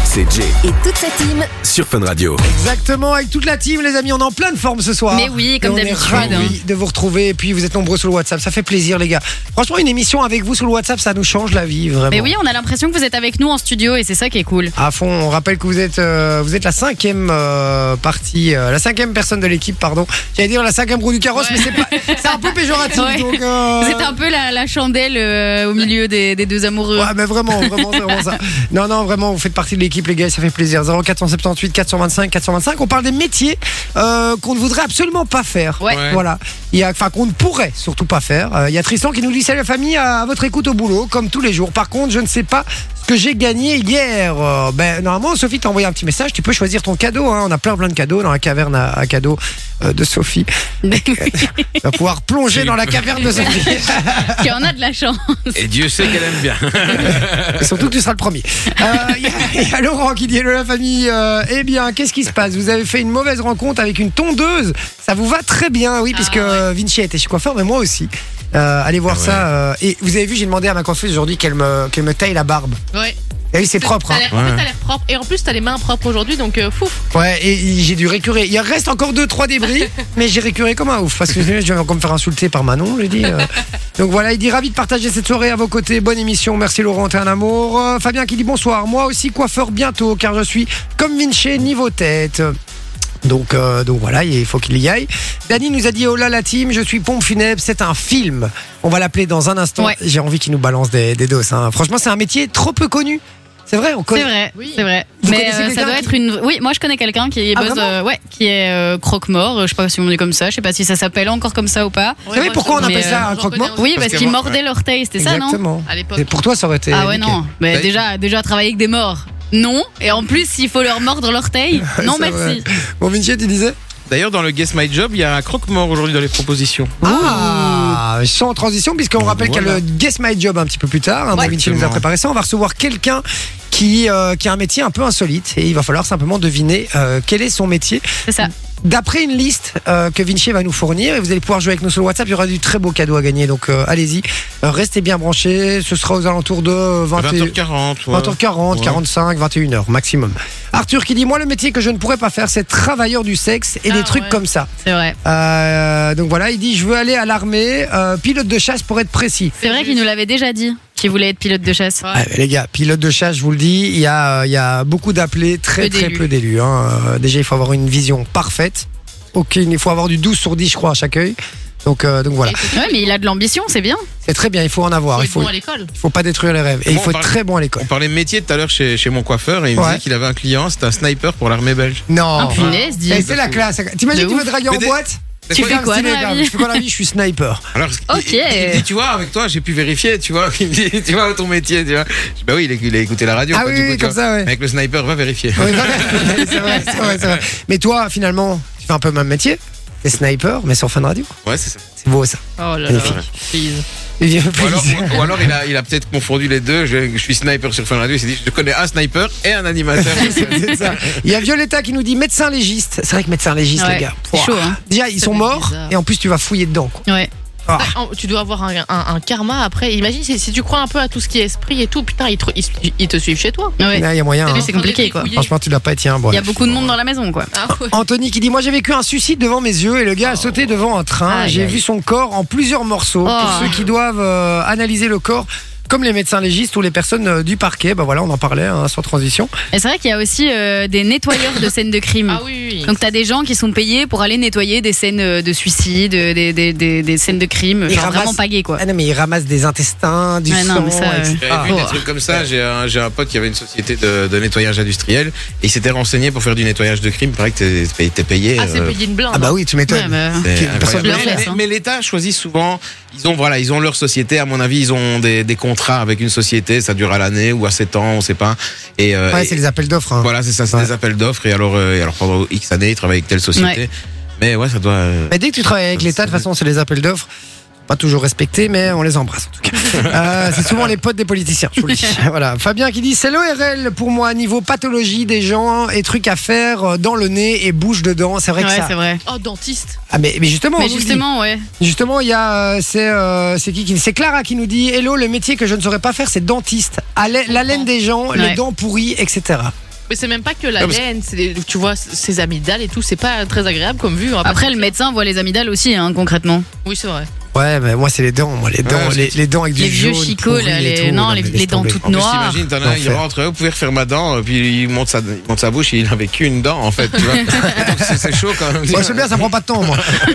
C'est Jay
Et toute sa team,
sur Fun Radio.
Exactement, avec toute la team, les amis, on est en pleine forme ce soir.
Mais oui, comme
Et on est
d'habitude,
ravis
hein.
de vous retrouver. Et puis, vous êtes nombreux sur le WhatsApp. Ça fait plaisir, les gars. Franchement, une émission avec vous sur le WhatsApp, ça nous change la vie, vraiment.
Mais oui, on a l'impression que vous êtes avec nous en studio et c'est ça qui est cool.
À fond, on rappelle que vous êtes, euh, vous êtes la cinquième euh, partie, euh, la cinquième personne de l'équipe, pardon. J'allais dire la cinquième roue du carrosse, mais c'est pas, c'est un peu péjoratif.
Ouais.
Donc, euh,
Vous êtes un peu la, la chandelle euh, au milieu des, des deux amoureux.
Ouais, mais vraiment, vraiment, c'est vraiment ça. Non, non, vraiment, vous faites partie de l'équipe, les gars, ça fait plaisir. 0478 425 425. On parle des métiers euh, qu'on ne voudrait absolument pas faire.
Ouais.
Ouais.
Voilà. Il y a, enfin, qu'on ne pourrait surtout pas faire. Euh, Il y a Tristan qui nous dit Salut la famille, à, à votre écoute au boulot, comme tous les jours. Par contre, je ne sais pas ce que j'ai gagné hier. Euh, ben, normalement, Sophie t'a envoyé un petit message. Tu peux choisir ton cadeau. hein. On a plein, plein de cadeaux dans la caverne à, à cadeaux euh, de Sophie. On va pouvoir plonger dans la caverne de Sophie.
Qui en a de la chance.
Et Dieu sait qu'elle aime bien.
Et surtout que tu seras le premier. Euh, Il y, a- il y a Laurent qui dit Hello la famille. euh, eh bien, qu'est-ce qui se passe Vous avez fait une mauvaise rencontre avec une tondeuse. Ça vous va très bien, oui, puisque euh, Vinci a été chez coiffeur, mais moi aussi. Euh, allez voir ça. euh, et vous avez vu, j'ai demandé à ma coiffeuse aujourd'hui qu'elle me, qu'elle me taille la barbe.
Ouais.
Et oui, c'est propre.
T'as
hein.
l'air- En
Ouais.
fait, t'as l'air propre. Et en plus, t'as les mains propres aujourd'hui, donc euh, fouf.
Ouais, et, et j'ai dû récurer. Il en reste encore deux, trois débris, mais j'ai récuré comme un ouf. Parce que sinon, je vais encore me faire insulter par Manon, j'ai dit. euh. Donc voilà, il dit ravi de partager cette soirée à vos côtés. Bonne émission, merci Laurent, t'es un amour. Euh, Fabien qui dit bonsoir. Moi aussi, coiffeur bientôt, car je suis comme Vinci, niveau tête. Donc, euh, donc voilà, il faut qu'il y aille. Dani nous a dit Oh là la team, je suis pompe funèbre, c'est un film. On va l'appeler dans un instant.
Ouais.
J'ai envie qu'il nous balance des, des doses. hein. Franchement, c'est un métier trop peu connu. C'est vrai, on
C'est
connaît.
vrai,
Oui.
c'est vrai.
Vous
mais
connaissez
euh, ça
quelqu'un
doit
qui-
être une. Oui, moi je connais quelqu'un qui est
Ah,
buzz,
vraiment
euh, ouais, qui est euh, croque-mort. euh, Je sais pas si on dit comme ça. Je sais pas si ça s'appelle encore comme ça ou pas.
Vous savez
Ouais,
pourquoi on
mais,
appelle ça
euh,
un
j'en
croquement
connais
Oui,
Parce
parce
que
qu'ils
moi-
mordaient l'orteil, c'était ça, non
Exactement.
À l'époque.
Et pour toi, ça aurait été.
Ah ouais,
nickel.
non. Mais
Bah,
déjà, déjà travailler avec des morts. Non. Et en plus, s'il faut leur mordre l'orteil, non
c'est
merci.
Bon, Vinci, tu disais
D'ailleurs, dans le Guess My Job, il y a un croque-mort aujourd'hui dans les propositions.
Ah Sans transition, puisqu'on rappelle qu'il y a
Voilà.
le Guess My Job un petit peu plus tard. hein, dont Vinci nous a
Exactement.
préparé ça. On va recevoir quelqu'un qui, euh, qui a un métier un peu insolite et il va falloir simplement deviner euh, quel est son métier.
C'est ça.
D'après une liste euh, que Vinci va nous fournir, et vous allez pouvoir jouer avec nous sur le WhatsApp, il y aura du très beau cadeau à gagner. Donc euh, allez-y, Euh, restez bien branchés. Ce sera aux alentours de 20 et-
20h40. ouais.
20h40,
Ouais.
45, 21h maximum. Arthur qui dit Moi, le métier que je ne pourrais pas faire, c'est travailleur du sexe et
Ah,
des trucs
ouais.
comme ça.
C'est vrai.
Euh, donc voilà, il dit Je veux aller à l'armée, euh, pilote de chasse pour être précis.
C'est vrai qu'ils nous l'avaient déjà dit, qu'ils voulaient être pilote de chasse.
Ouais, Ah, mais les gars, pilote de chasse, je vous le dis, il y a, euh, il y a beaucoup d'appelés, très
Peu
très
d'élus.
peu d'élus. hein. Euh, Déjà, il faut avoir une vision parfaite. Ok, il faut avoir du 12 sur 10, je crois, à chaque œil. Donc, euh, donc voilà,
Ouais, mais il a de l'ambition, c'est bien.
c'est très bien, il faut en avoir.
Faut
Ah, Il
être
faut,
bon à l'école.
il faut pas détruire les rêves. Et il
Bon,
faut
on
être
parle-
très bon à l'école.
On parlait métier tout à l'heure chez, chez mon coiffeur et il me
Ouais.
disait qu'il avait un client, c'était un sniper pour l'armée belge.
Non.
Ah, punaise, dis.
Et c'est la classe. T'imagines,
De
tu veux
ouf.
draguer en
Mais des-
boîte
C'est
Tu
Fais
fais
un
quoi
stylet,
dans la
grave.
vie
Je fais quoi dans la vie Je suis sniper.
Alors,
Ok.
il, il me dit, tu vois, avec toi, j'ai pu vérifier, tu vois. Il me dit, tu vois, ton métier, tu vois. Je dis, bah oui, il a, il a écouté la radio.
Ah
quoi,
oui,
du
oui,
coup, tu
comme
vois.
ça, ouais.
Avec le sniper, va vérifier.
Oui, voilà. c'est vrai, c'est vrai, c'est vrai. Mais toi, finalement, tu fais un peu le même métier. T'es sniper, mais sur Fun Radio.
Ouais, c'est ça.
C'est beau ça.
Oh là là.
Magnifique.
Please.
Et-
Ou alors, ou- ou alors il a, il a peut-être confondu les deux. Je, je suis sniper sur Fun Radio. Il s'est dit, je connais un sniper et un animateur.
C'est ça. Il y a Violetta qui nous dit médecin légiste. C'est vrai que médecin légiste,
Ouais,
les gars.
C'est
Ouah.
chaud, hein.
Déjà, ils
Ça
sont
fait
morts
bizarre.
et en plus, tu vas fouiller dedans. quoi.
Ouais.
Ah.
Bah, en- tu dois avoir un, un- un karma après. Imagine si, si tu crois un peu à tout ce qui est esprit et tout, putain, ils te, ils- ils te suivent chez toi.
ouais.
Là, Il y a moyen.
T'as vu,
hein.
c'est compliqué, quoi.
Franchement, tu dois pas être un bon.
Il y a beaucoup de monde dans la maison, quoi.
Ah ouais.
Anthony qui dit Moi j'ai vécu un suicide devant mes yeux et le gars a sauté devant un train.
Oh. Aïe,
J'ai
aïe.
vu son corps en plusieurs morceaux. Pour
Oh.
ceux qui doivent euh, analyser le corps, comme les médecins légistes ou les personnes euh, du parquet. Bah voilà, on en parlait hein, sans transition.
Et c'est vrai qu'il y a aussi euh, des nettoyeurs de scènes de crime.
Ah oui, oui, oui.
Donc t'as des gens qui sont payés pour aller nettoyer des scènes euh, de suicide, euh, des, des, des, des scènes de crime,
Ils
genre
ramassent-
vraiment pagés quoi.
Ah non, mais ils ramassent des intestins, du
Ouais, non,
sang,
mais ça, euh,
etc.
J'avais vu des trucs comme ça. J'ai un, j'ai un pote qui avait une société de, de nettoyage industriel et il s'était renseigné pour faire du nettoyage de crime. Il paraît que t'es- t'es t'es payé.
Ah, c'est
euh,
payé une blinde.
Ah bah oui, tu m'étonnes.
Ouais, mais-
c'est
Qui-
incroyable.
personne
ne le
mais,
fait,
mais-
ça.
mais l'État choisit souvent. Ils ont voilà, ils ont leur société. À mon avis, ils ont des, des contrats avec une société. Ça dure à l'année ou à 7 ans, on sait pas. Et, euh,
Ouais,
et-
c'est les appels d'offres. hein.
voilà, c'est ça, c'est
Ouais.
des appels d'offres. Et alors, euh, et alors pendant X années, ils travaillent avec telle société.
Ouais.
Mais ouais, ça doit. euh,
Mais dès que tu travailles avec l'État, de toute façon, c'est les appels d'offres. Pas toujours respectés, mais on les embrasse en tout cas. Euh, c'est souvent les potes des politiciens, je vous le dis. Voilà. Fabien qui dit c'est l'ORL pour moi, niveau pathologie des gens et trucs à faire euh, dans le nez et bouche dedans. C'est vrai
Ouais,
que ça.
c'est vrai.
Oh, dentiste.
Ah, mais, mais justement, on
Mais
vous le dit.
justement, ouais.
Justement, il y a euh, c'est euh, c'est qui qui c'est Clara qui nous dit hello le métier que je ne saurais pas faire c'est dentiste Hale- l'haleine des gens les
Ouais.
dents pourries etc
Mais c'est même pas que la
Ah, parce-
laine, c'est des- tu vois, ses amygdales et tout, c'est pas très agréable comme vue.
bah,
on va pas
Après,
se
le
mentir.
médecin voit les amygdales aussi, hein, concrètement.
Oui, c'est vrai.
ouais mais moi c'est les dents moi les dents
parce
les, les dents avec du
les vieux
jaune,
chicots,
pourri
là,
et
les-
tout.
non,
mais
les-
laisse
les dents
tomber.
toutes
En plus,
Noir.
t'imagines, t'en as un, il
L'enfer.
rentre, euh, vous pouvez refaire ma dent, et puis il monte sa, il monte sa bouche, et il n'avait qu'une dent, en fait, tu vois. Donc, c'est- c'est chaud quand même.
Moi, je sais bien, ça prend pas de temps, moi.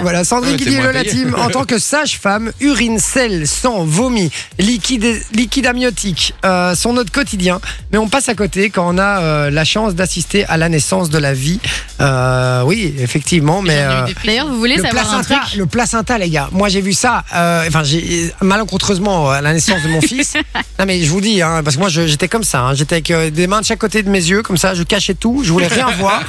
voilà, Sandrine
Ouais,
qui
t'es
dit
moins
Hello la
payée.
team. En tant que sage-femme, urine, sel, sang, vomi, liquide, liquide amniotique euh, sont notre quotidien. Mais on passe à côté quand on a euh, la chance d'assister à la naissance de la vie. Euh, oui, effectivement, mais. euh,
D'ailleurs, vous voulez
le
savoir un
placenta,
truc
le placenta, les gars. Moi, j'ai vu ça. euh, Enfin, j'ai malencontreusement euh, à la naissance de mon fils. Non, mais je vous dis, hein, parce que moi, je- j'étais comme ça. hein. j'étais avec euh, des mains de chaque côté de mes yeux, comme ça. Je cachais tout. Je voulais rien voir.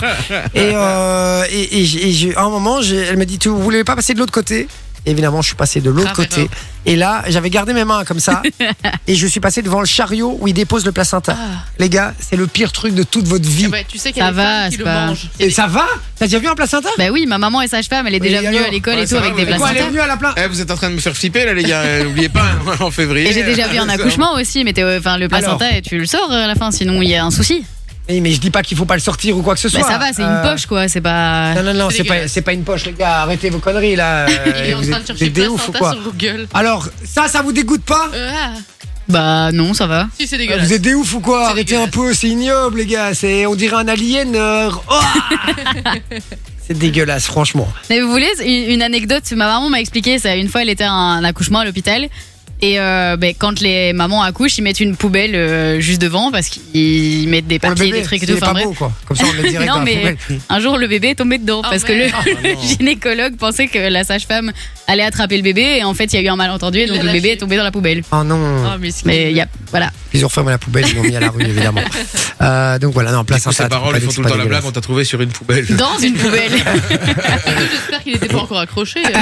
Et, euh, et, et j'ai- et j'ai- à un moment, j'ai- elle me dit, tu voulais pas passer de l'autre côté Évidemment, je suis passé de l'autre
Grave
côté.
erreur.
Et là, j'avais gardé mes mains comme ça. et je suis passé devant le chariot où il dépose le placenta. Les gars, c'est le pire truc de toute votre vie.
Ah bah, tu sais qu'il y a
Ça
des
va,
femmes qui
c'est
le
pas-
mangent.
Et ça va T'as déjà vu un placenta
Bah oui, ma maman est sage-femme, elle est
Oui,
déjà venue
alors.
à l'école
Ouais,
et tout
ça
avec
va,
des
mais
Quoi, elle est
placentas.
venue à la place
Eh, vous êtes en train de me faire flipper, là, les gars. euh, N'oubliez pas, hein, en février.
Et j'ai déjà vu un accouchement aussi, mais t'es- euh, enfin le placenta, et tu le sors euh, à la fin, sinon il y a un souci.
Oui, mais je dis pas qu'il faut pas le sortir ou quoi que ce soit.
Bah ça va, c'est
Euh,
une poche quoi, c'est pas.
Non, non, non, c'est pas,
dégueulasse.
c'est pas une poche, les gars. Arrêtez vos conneries, là. Euh,
Il est en
Vous êtes-
train de
vous
chercher
êtes des ouf ou
placenta
quoi
sur Google.
Alors, ça, ça vous dégoûte pas
Euh, ah,
Bah non, ça va.
si, c'est dégueulasse.
Ah, vous êtes des ouf ou quoi
C'est
Arrêtez un
dégueulasse.
peu, c'est ignoble les gars, c'est on dirait un alien. euh, oh c'est dégueulasse franchement.
Mais vous voulez une une anecdote Ma maman m'a expliqué ça. Une fois, elle était à un accouchement à l'hôpital. Et euh, ben, quand les mamans accouchent, ils mettent une poubelle euh, juste devant parce qu'ils mettent des
Pour le
papiers,
bébé,
des trucs et
il
tout.
est pas
Enfin, bref.
beau quoi. Comme ça on le met direct
Non,
dans la
mais-
poubelle.
Un jour, le bébé est tombé dedans
Ah,
parce
merde.
que le, le gynécologue pensait que la sage-femme allait attraper le bébé. Et en fait, il y a eu un malentendu et
Il
donc
l'a
le bébé
lâché.
est tombé dans la poubelle.
Oh non,
Ah, mais c'est-
Mais il y a. Voilà.
ils ont fermé la poubelle, ils l'ont mis à la rue évidemment. Euh, donc voilà, non,
Du
place
coup, ces parents, ils font tout le temps la blague, on t'a trouvé sur une poubelle.
Dans une poubelle. Ah,
J'espère qu'il n'était pas encore accroché. euh,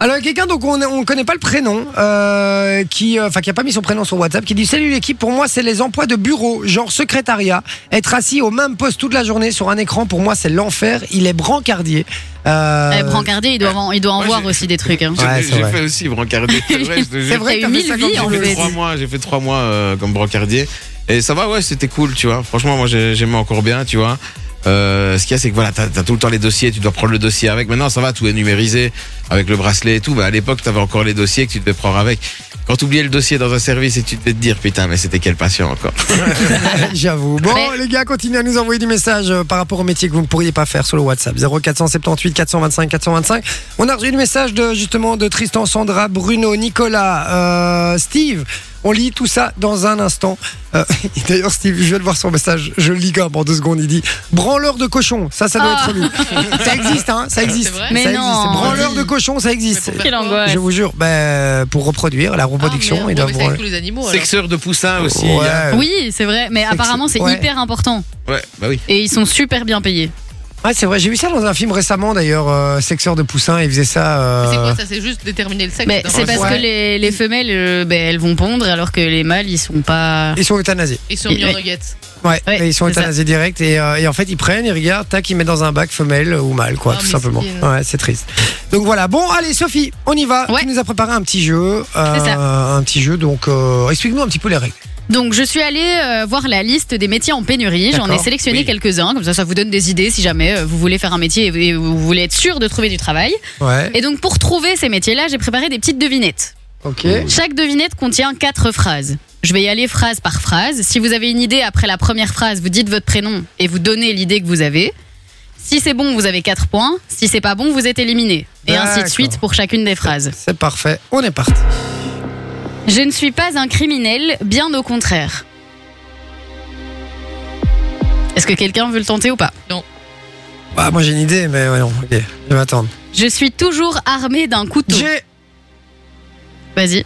Alors quelqu'un donc on on connaît pas le prénom euh, qui euh, enfin qui a pas mis son prénom sur WhatsApp qui dit salut l'équipe pour moi c'est les emplois de bureau genre secrétariat être assis au même poste toute la journée sur un écran pour moi c'est l'enfer il est brancardier Euh,
Euh, brancardier, il doit en, il doit en
Moi,
voir
j'ai-
aussi des trucs. hein.
J'ai
Ouais, c'est
j'ai
vrai.
fait aussi brancardier. C'est vrai, je te
C'est
jure.
vrai,
t'as fait
t'as eu
ça
mille
quand
vies
tu
en
fais
J'ai fait
fait.
trois mois, j'ai fait trois mois euh, comme brancardier. Et ça va, ouais, c'était cool, tu vois. Franchement, moi, j'ai- j'aimais encore bien, tu vois. Euh, ce qu'il y a, c'est que voilà, t'as as tout le temps les dossiers, tu dois prendre le dossier avec. Maintenant, ça va, tout est numérisé avec le bracelet et tout. Mais à l'époque, t'avais encore les dossiers que tu devais prendre avec. Quand t'oubliais le dossier dans un service et tu devais te dire, putain, mais c'était quel patient encore.
J'avoue. Bon,
Mais-
les gars, continuez à nous envoyer des messages euh, par rapport au métier que vous ne pourriez pas faire sur le WhatsApp. 0478 425 425. On a reçu le message de, justement, de Tristan, Sandra, Bruno, Nicolas, euh, Steve. On lit tout ça dans un instant. Euh, D'ailleurs, Steve, je viens de voir son message. Je le lis quand même en deux secondes. Il dit Branleur de cochon. Ça, ça doit
Ah.
être lui. Ça existe, hein Ça existe.
C'est vrai
Ça
Mais
existe.
non.
Branleur de cochon, ça existe.
Mais pour faire
Quelle angoisse.
Je vous jure, ben, pour reproduire la reproduction,
Ah,
ils doivent
merde, ouais, mais c'est avec
branler.
tous les animaux. alors.
Sexeur de poussins aussi.
hein.
il y a-
Ouais,
Oui, c'est vrai, mais
que
apparemment
c'est-
c'est
ouais.
hyper important.
ouais bah oui.
Et ils sont super bien payés.
Ouais, Ah, c'est vrai, j'ai vu ça dans un film récemment d'ailleurs, euh, Sexeur de Poussin, il faisait ça. euh,
C'est quoi ça C'est juste déterminer le sexe.
Mais
d'un
c'est
enfant.
parce
Ouais.
que les, les femelles, euh, ben, elles vont pondre, alors que les mâles, ils sont pas.
Ils sont euthanasés.
Ils sont mis en
Ouais.
nuggets.
Ouais,
Ouais,
et ils sont
c'est ça.
euthanasés direct. Et, euh, et en fait, ils prennent, ils regardent, tac, ils mettent dans un bac femelle ou mâle, quoi,
Ah,
tout
mais
simplement.
c'est bien.
Ouais, c'est triste. Donc voilà. Bon, allez, Sophie, on y va.
Ouais.
Tu nous as préparé un petit jeu. euh,
C'est ça.
Un petit jeu, donc euh, explique-nous un petit peu les règles.
Donc je suis allée euh, voir la liste des métiers en pénurie. J'en ai
D'accord.
sélectionné
Oui.
quelques-uns, comme ça, ça vous donne des idées si jamais euh, vous voulez faire un métier et et vous voulez être sûr de trouver du travail.
Ouais.
Et donc pour trouver ces métiers-là, j'ai préparé des petites devinettes.
Ok.
Chaque devinette contient quatre phrases. Je vais y aller phrase par phrase. Si vous avez une idée après la première phrase, vous dites votre prénom et vous donnez l'idée que vous avez. Si c'est bon, vous avez 4 points. Si c'est pas bon, vous êtes éliminé. Et ainsi de
D'accord.
suite pour chacune des phrases.
C'est parfait. On est parti.
Je ne suis pas un criminel, bien au contraire. Est-ce que quelqu'un veut le tenter ou pas
Bah, moi j'ai une idée, mais ouais, non. Ok. Je vais attendre.
Je suis toujours armé d'un couteau.
J'ai.
Vas-y.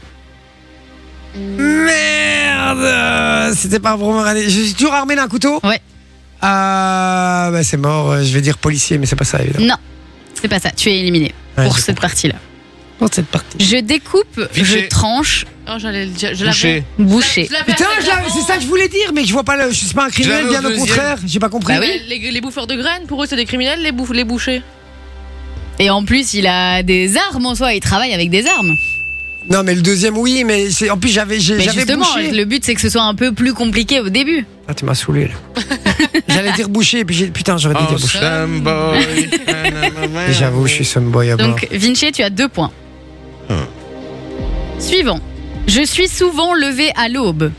Merde C'était pas pour me râler. Je suis toujours armé d'un couteau
Ouais.
Ah, bah c'est mort. euh, Je vais dire policier, mais c'est pas ça, évidemment.
Non, c'est pas ça. Tu es éliminé
Ouais,
Mmh. pour
j'ai
cette partie-là.
Pour cette partie.
Je découpe, je
Vichy.
tranche,
Oh, j'allais le dire, je l'avais.
Boucher.
boucher.
Putain, je l'avais- c'est ça que je voulais dire, mais je vois pas le. Je suis pas un criminel,
l'avais au
bien au
deuxième.
contraire. J'ai pas compris.
Bah oui.
Les, les bouffeurs de graines, pour eux, c'est des criminels, les, bouff- les bouchers.
Et en plus, il a des armes en soi, il travaille avec des armes.
Non, mais le deuxième, oui, mais c'est- en plus j'avais j'ai-
Mais
j'avais
justement,
bouché.
le but c'est que ce soit un peu plus compliqué au début.
Ah, tu m'as saoulé. là. J'allais dire bouché, et puis j'ai. Putain, j'aurais dû
Oh,
dire bouché.
some boy. Na, na, na, na.
Et J'avoue, je suis someboy à bord.
Donc, Vinci, tu as deux points.
Ah.
Suivant. Je suis souvent levé à l'aube.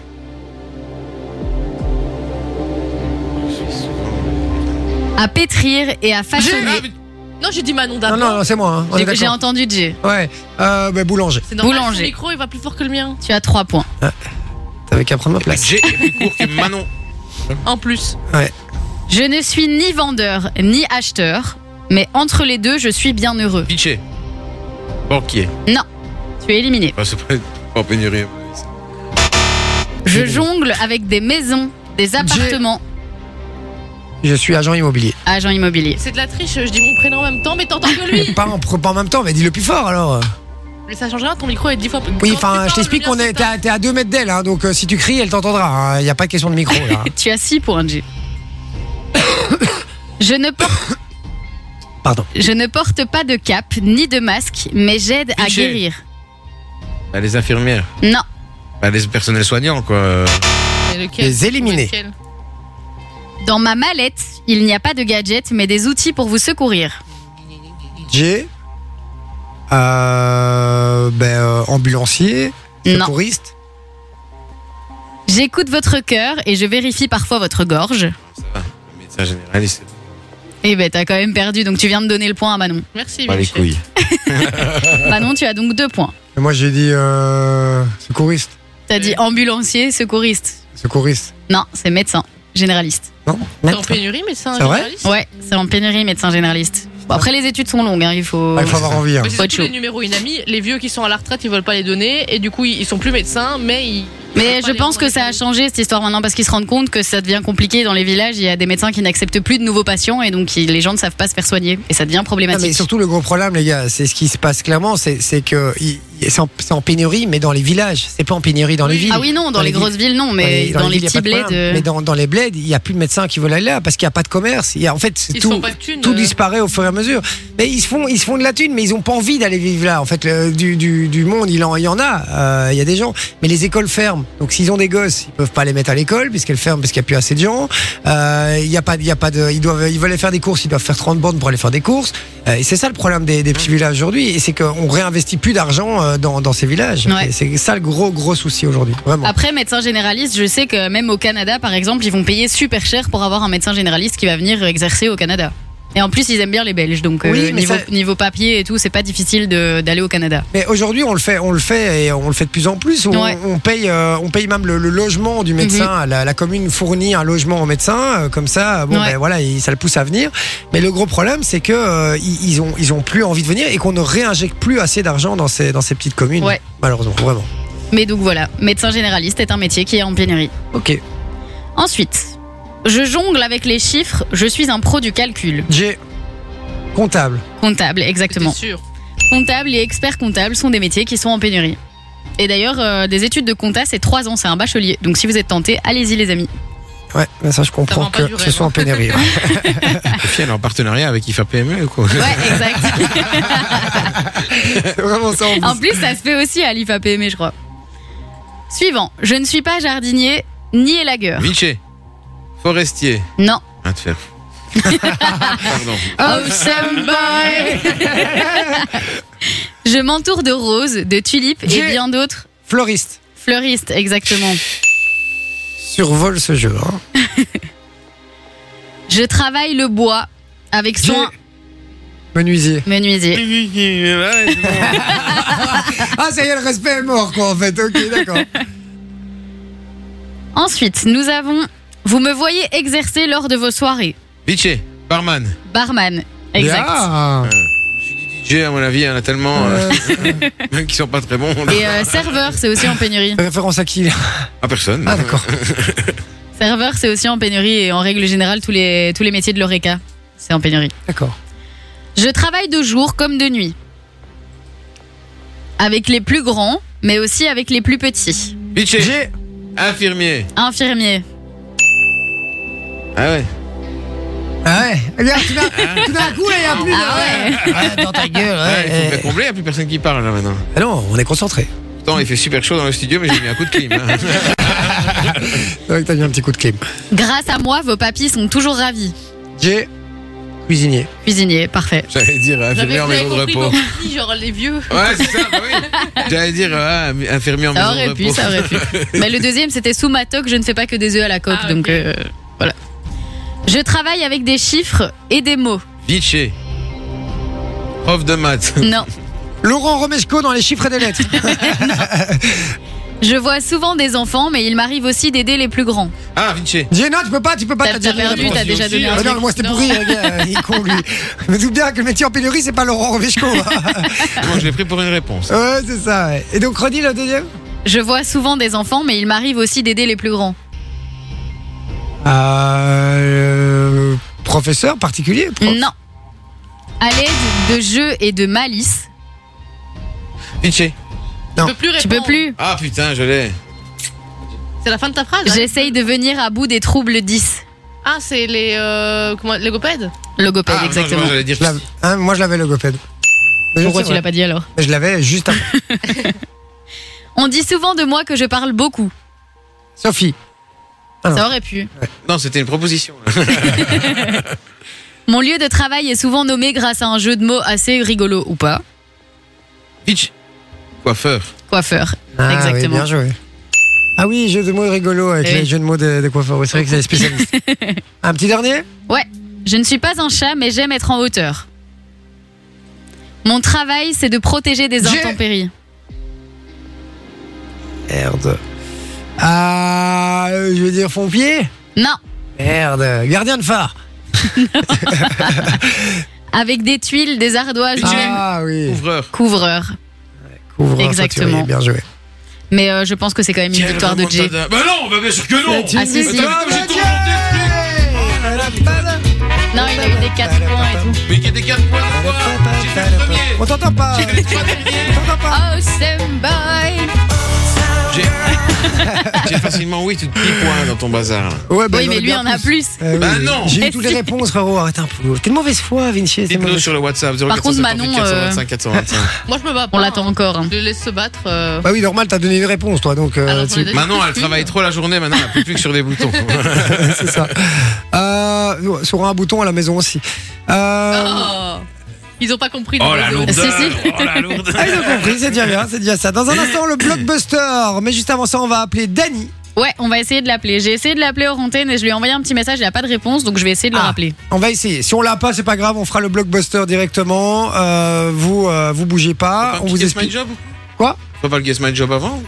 À pétrir et à
Ah,
façonner.
Non, j'ai dit Manon
Non,
d'abord.
non, non, c'est moi, hein. on est
J'ai- J'ai
d'accord.
entendu J.
Ouais, euh, bah, boulanger.
C'est normal,
Boulanger.
Son micro, il va plus fort que le mien.
Tu as trois points.
T'avais qu'à prendre ma place.
J'ai plus court que Manon.
En plus.
Je ne suis ni vendeur ni acheteur, mais entre les deux, je suis bien heureux.
Pitché. Banquier.
Tu es éliminé.
Bah, c'est pas pas en pénurie.
Je jongle avec des maisons, des appartements,
Je suis agent immobilier.
agent immobilier.
C'est de la triche, je dis mon prénom en même temps, mais t'entends que lui.
Pas en, pas en même temps, mais dis le plus fort alors.
mais ça change rien, ton micro est dix fois plus.
Oui,
Quand tu
enfin, je
parles,
t'explique
le mien,
qu'on est,
c'est
t'es à, t'es à deux mètres d'elle, hein, donc euh, si tu cries, elle t'entendra. hein, Il n'y a pas de question de micro là.
Tu as 6 points, G. Je ne, porte,
Pardon.
je ne porte pas de cape ni de masque, mais j'aide à
Cliché.
guérir.
Bah, les infirmières.
Non,
Bah, les personnels soignants, quoi.
pas. Mais lequel
Les éliminer.
Lequel
dans ma mallette, il n'y a pas de gadgets, mais des outils pour vous secourir.
J'ai. Euh, ben, euh, ambulancier,
Non.
secouriste.
J'écoute votre cœur et je vérifie parfois votre gorge.
Médecin généraliste.
Eh ben, t'as quand même perdu, donc tu viens de donner le point à Manon.
Merci,
Pas les
Michel.
couilles.
Manon, tu as donc deux points.
Et moi j'ai dit euh, secouriste.
T'as dit ambulancier, secouriste.
Secouriste.
Non, c'est médecin, généraliste.
Non
T'es en
maître.
pénurie, mais c'est un
C'est vrai
généraliste.
Ouais, c'est en pénurie, médecin généraliste. Bon, après, les études sont longues, hein, il faut.
Ah, il faut avoir envie. hein.
Mais c'est
Pas de
surtout les
chaud.
numéros inamis, les vieux qui sont à la retraite, ils veulent pas les donner, et du coup, ils ils sont plus médecins, mais ils.
Mais
ils veulent pas
je
les
pense que
rendre
ça a
les-
changé cette histoire maintenant parce qu'ils se rendent compte que ça devient compliqué dans les villages. Il y a des médecins qui n'acceptent plus de nouveaux patients et donc ils- les gens ne savent pas se faire soigner et ça devient
Ah, mais
problématique.
surtout, le gros problème, les gars, c'est ce qui se passe clairement, c'est c'est que il- il- c'est en, c'est en pénurie, mais dans les villages. C'est pas en pénurie dans les villes.
ah oui non, dans,
Dans
les,
les
grosses villes non, mais dans,
villes,
les,
il y a
petits
pas de
bleds.
problème.
euh,
Mais dans, dans les bleds, il n'y a plus de médecins qui veulent aller là parce qu'il n'y a pas de commerce. Il y a, en fait, c'est
Ils se font
tout,
pas de thunes.
tout
euh,
disparaît au fur et à mesure. Mais ils se font, ils se font de la thune, mais ils n'ont pas envie d'aller vivre là. En fait, le- du, du, du monde, il, en, il y en a. Euh, Il y a des gens. Mais les écoles ferment. Donc, s'ils ont des gosses, ils peuvent pas les mettre à l'école puisqu'elles ferment parce qu'il n'y a plus assez de gens. Euh, Il y a pas, il y a pas de, ils doivent, ils veulent aller faire des courses. Ils doivent faire 30 bornes pour aller faire des courses. Euh, et c'est ça le problème des, des petits villages aujourd'hui. Et c'est qu'on réinvestit plus d'argent euh, dans, dans ces villages.
Ouais.
Et C'est ça le gros, gros souci aujourd'hui. Vraiment.
Après médecin généraliste, je sais que même au Canada par exemple, ils vont payer super cher pour avoir un médecin généraliste qui va venir exercer au Canada. Et en plus, ils aiment bien les Belges, donc euh,
Oui, mais
niveau,
ça-
niveau papier et tout, c'est pas difficile de- d'aller au Canada.
Mais aujourd'hui, on le fait, on le fait et on le fait de plus en plus. On,
Ouais.
on paye, euh, on paye même le, le logement du médecin. la, la commune fournit un logement au médecin, euh, comme ça, bon,
Ouais.
ben voilà, il- ça le pousse à venir. Mais le gros problème, c'est que euh, ils, ils ont, ils ont plus envie de venir et qu'on ne réinjecte plus assez d'argent dans ces, dans ces petites communes.
Ouais.
Malheureusement, vraiment.
Mais donc voilà, médecin généraliste est un métier qui est en pénurie.
Ok.
Ensuite, je jongle avec les chiffres, je suis un pro du calcul.
J'ai comptable.
Comptable, exactement.
T'es sûr.
Comptable et expert comptable sont des métiers qui sont en pénurie. Et d'ailleurs, euh, des études de compta, c'est 3 ans, c'est un bachelier. Donc si vous êtes tenté, allez-y les amis.
Ouais, mais ça je comprends
vend
que
pas du
ce
rêve,
soit en
hein.
pénurie. ouais.
Et puis, elle est en partenariat avec IFA PME ou quoi
Ouais, exact.
C'est vraiment ça. en
en
plus.
plus, ça se fait aussi à l'IFAPM, je crois. Suivant, je ne suis pas jardinier ni élagueur.
Vinci. Forestier.
Non.
Un de fer.
Oh,
Pardon.
Awesome boy Je m'entoure de roses, de tulipes et
J'ai-
bien d'autres.
Fleuriste,
Fleuristes, exactement.
survole ce jeu. hein.
Je travaille le bois avec
J'ai-
soin
Menuisier.
menuisier.
Ouais, c'est bon.
Ah, ça y est, le respect est mort, quoi, en fait. Ok, d'accord.
Ensuite, nous avons. Vous me voyez exercer lors de vos soirées.
Bitché, barman.
Barman. Exact.
Bien.
DJ, à mon avis, il y en a tellement euh, même qui sont pas très bons.
Et euh, serveur, c'est aussi en pénurie.
Référence à qui là
À personne.
Ah, d'accord.
Serveur, c'est aussi en pénurie et en règle générale, tous les, tous les métiers de l'ORECA, c'est en pénurie.
D'accord.
Je travaille de jour comme de nuit. Avec les plus grands, mais aussi avec les plus petits.
Bitché, infirmier.
Infirmier.
Ah ouais.
Ah ouais. Regarde, tout d'un- tout d'un coup, là, il y a plus de.
Hein Ah
Ouais, dans ta gueule,
Ouais, Ah, il faut bien
ouais.
combler, il n'y a plus personne qui parle là maintenant.
Ah non, on est concentré.
Pourtant, il fait super chaud dans le studio, mais j'ai mis un coup de clim. hein.
C'est vrai que Ah t'as mis un petit coup de clim.
Grâce à moi, vos papis sont toujours ravis.
J'ai cuisinier.
Cuisinier, parfait.
J'allais dire infirmier en
J'avais
maison de
compris
repos.
qu'on dit, genre les vieux.
Ouais, c'est ça, bah oui. J'allais dire euh, ah, infirmier en
Ça
maison de
aurait
repos.
pu, ça aurait pu. Mais le deuxième, c'était sous ma toque, je ne fais pas que des œufs à la coque,
Ah,
donc
ok.
euh, voilà. Je travaille avec des chiffres et des mots.
Bitché, prof de maths.
Non.
Laurent Romesco dans les chiffres et des lettres.
Je vois souvent des enfants, mais il m'arrive aussi d'aider les plus grands.
Ah, Vinci.
J'ai non, tu peux pas, tu peux pas.
T'as-
déjà
t'as perdu,
répondu.
t'as déjà donné un
Ah non,
truc.
moi c'était
Non.
pourri, le gars, il est con lui. Je me doute bien que le métier en pénurie, c'est pas Laurent Romesco. hein.
Moi, je l'ai pris pour une réponse.
ouais, c'est ça. ouais. Et donc, redis le deuxième
Je vois souvent des enfants, mais il m'arrive aussi d'aider les plus grands.
Ah, euh, Professeur particulier prof.
Non. À l'aide de jeux et de malice,
Vinci.
Tu peux plus
tu
répondre.
peux plus.
Ah putain, je l'ai.
C'est la fin de ta phrase. hein
J'essaye de venir à bout des troubles 10.
Ah, c'est les. Euh, comment Logopèdes
Logopède,
Ah, non,
exactement.
J'allais dire.
Je l'avais- hein, moi, je l'avais logopède. Mais je
Pourquoi
sais,
tu
ouais.
l'as pas dit alors
Je l'avais juste après.
On dit souvent de moi que je parle beaucoup.
Sophie. Ah non.
Ça aurait pu.
Non, c'était une proposition.
Mon lieu de travail est souvent nommé grâce à un jeu de mots assez rigolo ou pas.
Vinci. Coiffeur.
Coiffeur.
Ah,
Exactement.
Oui, bien joué. Ah oui, jeu de mots rigolo avec
Eh
les
oui.
jeux de mots des, des coiffeurs. Oui, c'est vrai que c'est spécialiste. Un petit dernier
Ouais, je ne suis pas un chat, mais j'aime être en hauteur. Mon travail, c'est de protéger des
J'ai-
intempéries.
Merde. Ah, euh, je veux dire pompier
Non,
Merde. Gardien de phare
avec des tuiles, des ardoises, du même
Ah oui.
Ouvreur.
couvreur.
Couvre
Exactement.
Bien joué.
Mais euh, je pense que c'est quand même une victoire de Jay.
Bah non, bah bien sûr que non.
C'est une
Ah, si, si.
victoire de
Jay.
Jay. Oh
Non, il a eu des 4 points et tout.
Mais qu'il y a des 4 points de fois. J'ai fait le
On
premier.
t'entend pas.
J'ai fait le trois derniers.
On t'entend pas.
Oh, Semboy
Ah,
J'ai- J'ai facilement oui, tu te dis points dans ton bazar. là.
Ouais, bah,
Oui, mais
j'aurais
lui
bien
en a plus.
Eh oui,
Bah
oui.
non.
J'ai eu toutes les réponses, frérot. Arrête un peu. T'es de mauvaise foi, Vinci. c'est
Dites-nous
mauvais.
sur le WhatsApp
Par contre,
0478
Manon, euh,
425 425.
Moi, je me bats pas.
On l'attend
hein.
encore. hein.
Je le laisse se battre. euh.
Bah oui, normal, t'as donné une réponse, toi. Donc,
Ah,
euh,
Alors,
tu-
j'en ai déjà
Manon, elle
plus
travaille
qu'une.
trop la journée, maintenant, elle peut plus que sur des boutons.
c'est ça. Euh, sur un bouton à la maison aussi. Euh,
Oh. Ils ont pas compris.
Oh
le
la
jeu.
lourdeur
Si, si.
Oh la lourdeur
Ah, ils ont compris, c'est déjà bien, c'est déjà ça. Dans un instant, le blockbuster. Mais juste avant ça, on va appeler Dany.
Ouais, on va essayer de l'appeler. J'ai essayé de l'appeler hors antenne et je lui ai envoyé un petit message, il n'a pas de réponse, donc je vais essayer de le
Ah.
rappeler.
On va essayer. Si on l'a pas, c'est pas grave, on fera le blockbuster directement. Euh, vous, euh, vous bougez pas.
Pas un
On
petit
vous
Guess My
explique.
Job ou
Quoi
Faut pas le Guess My Job avant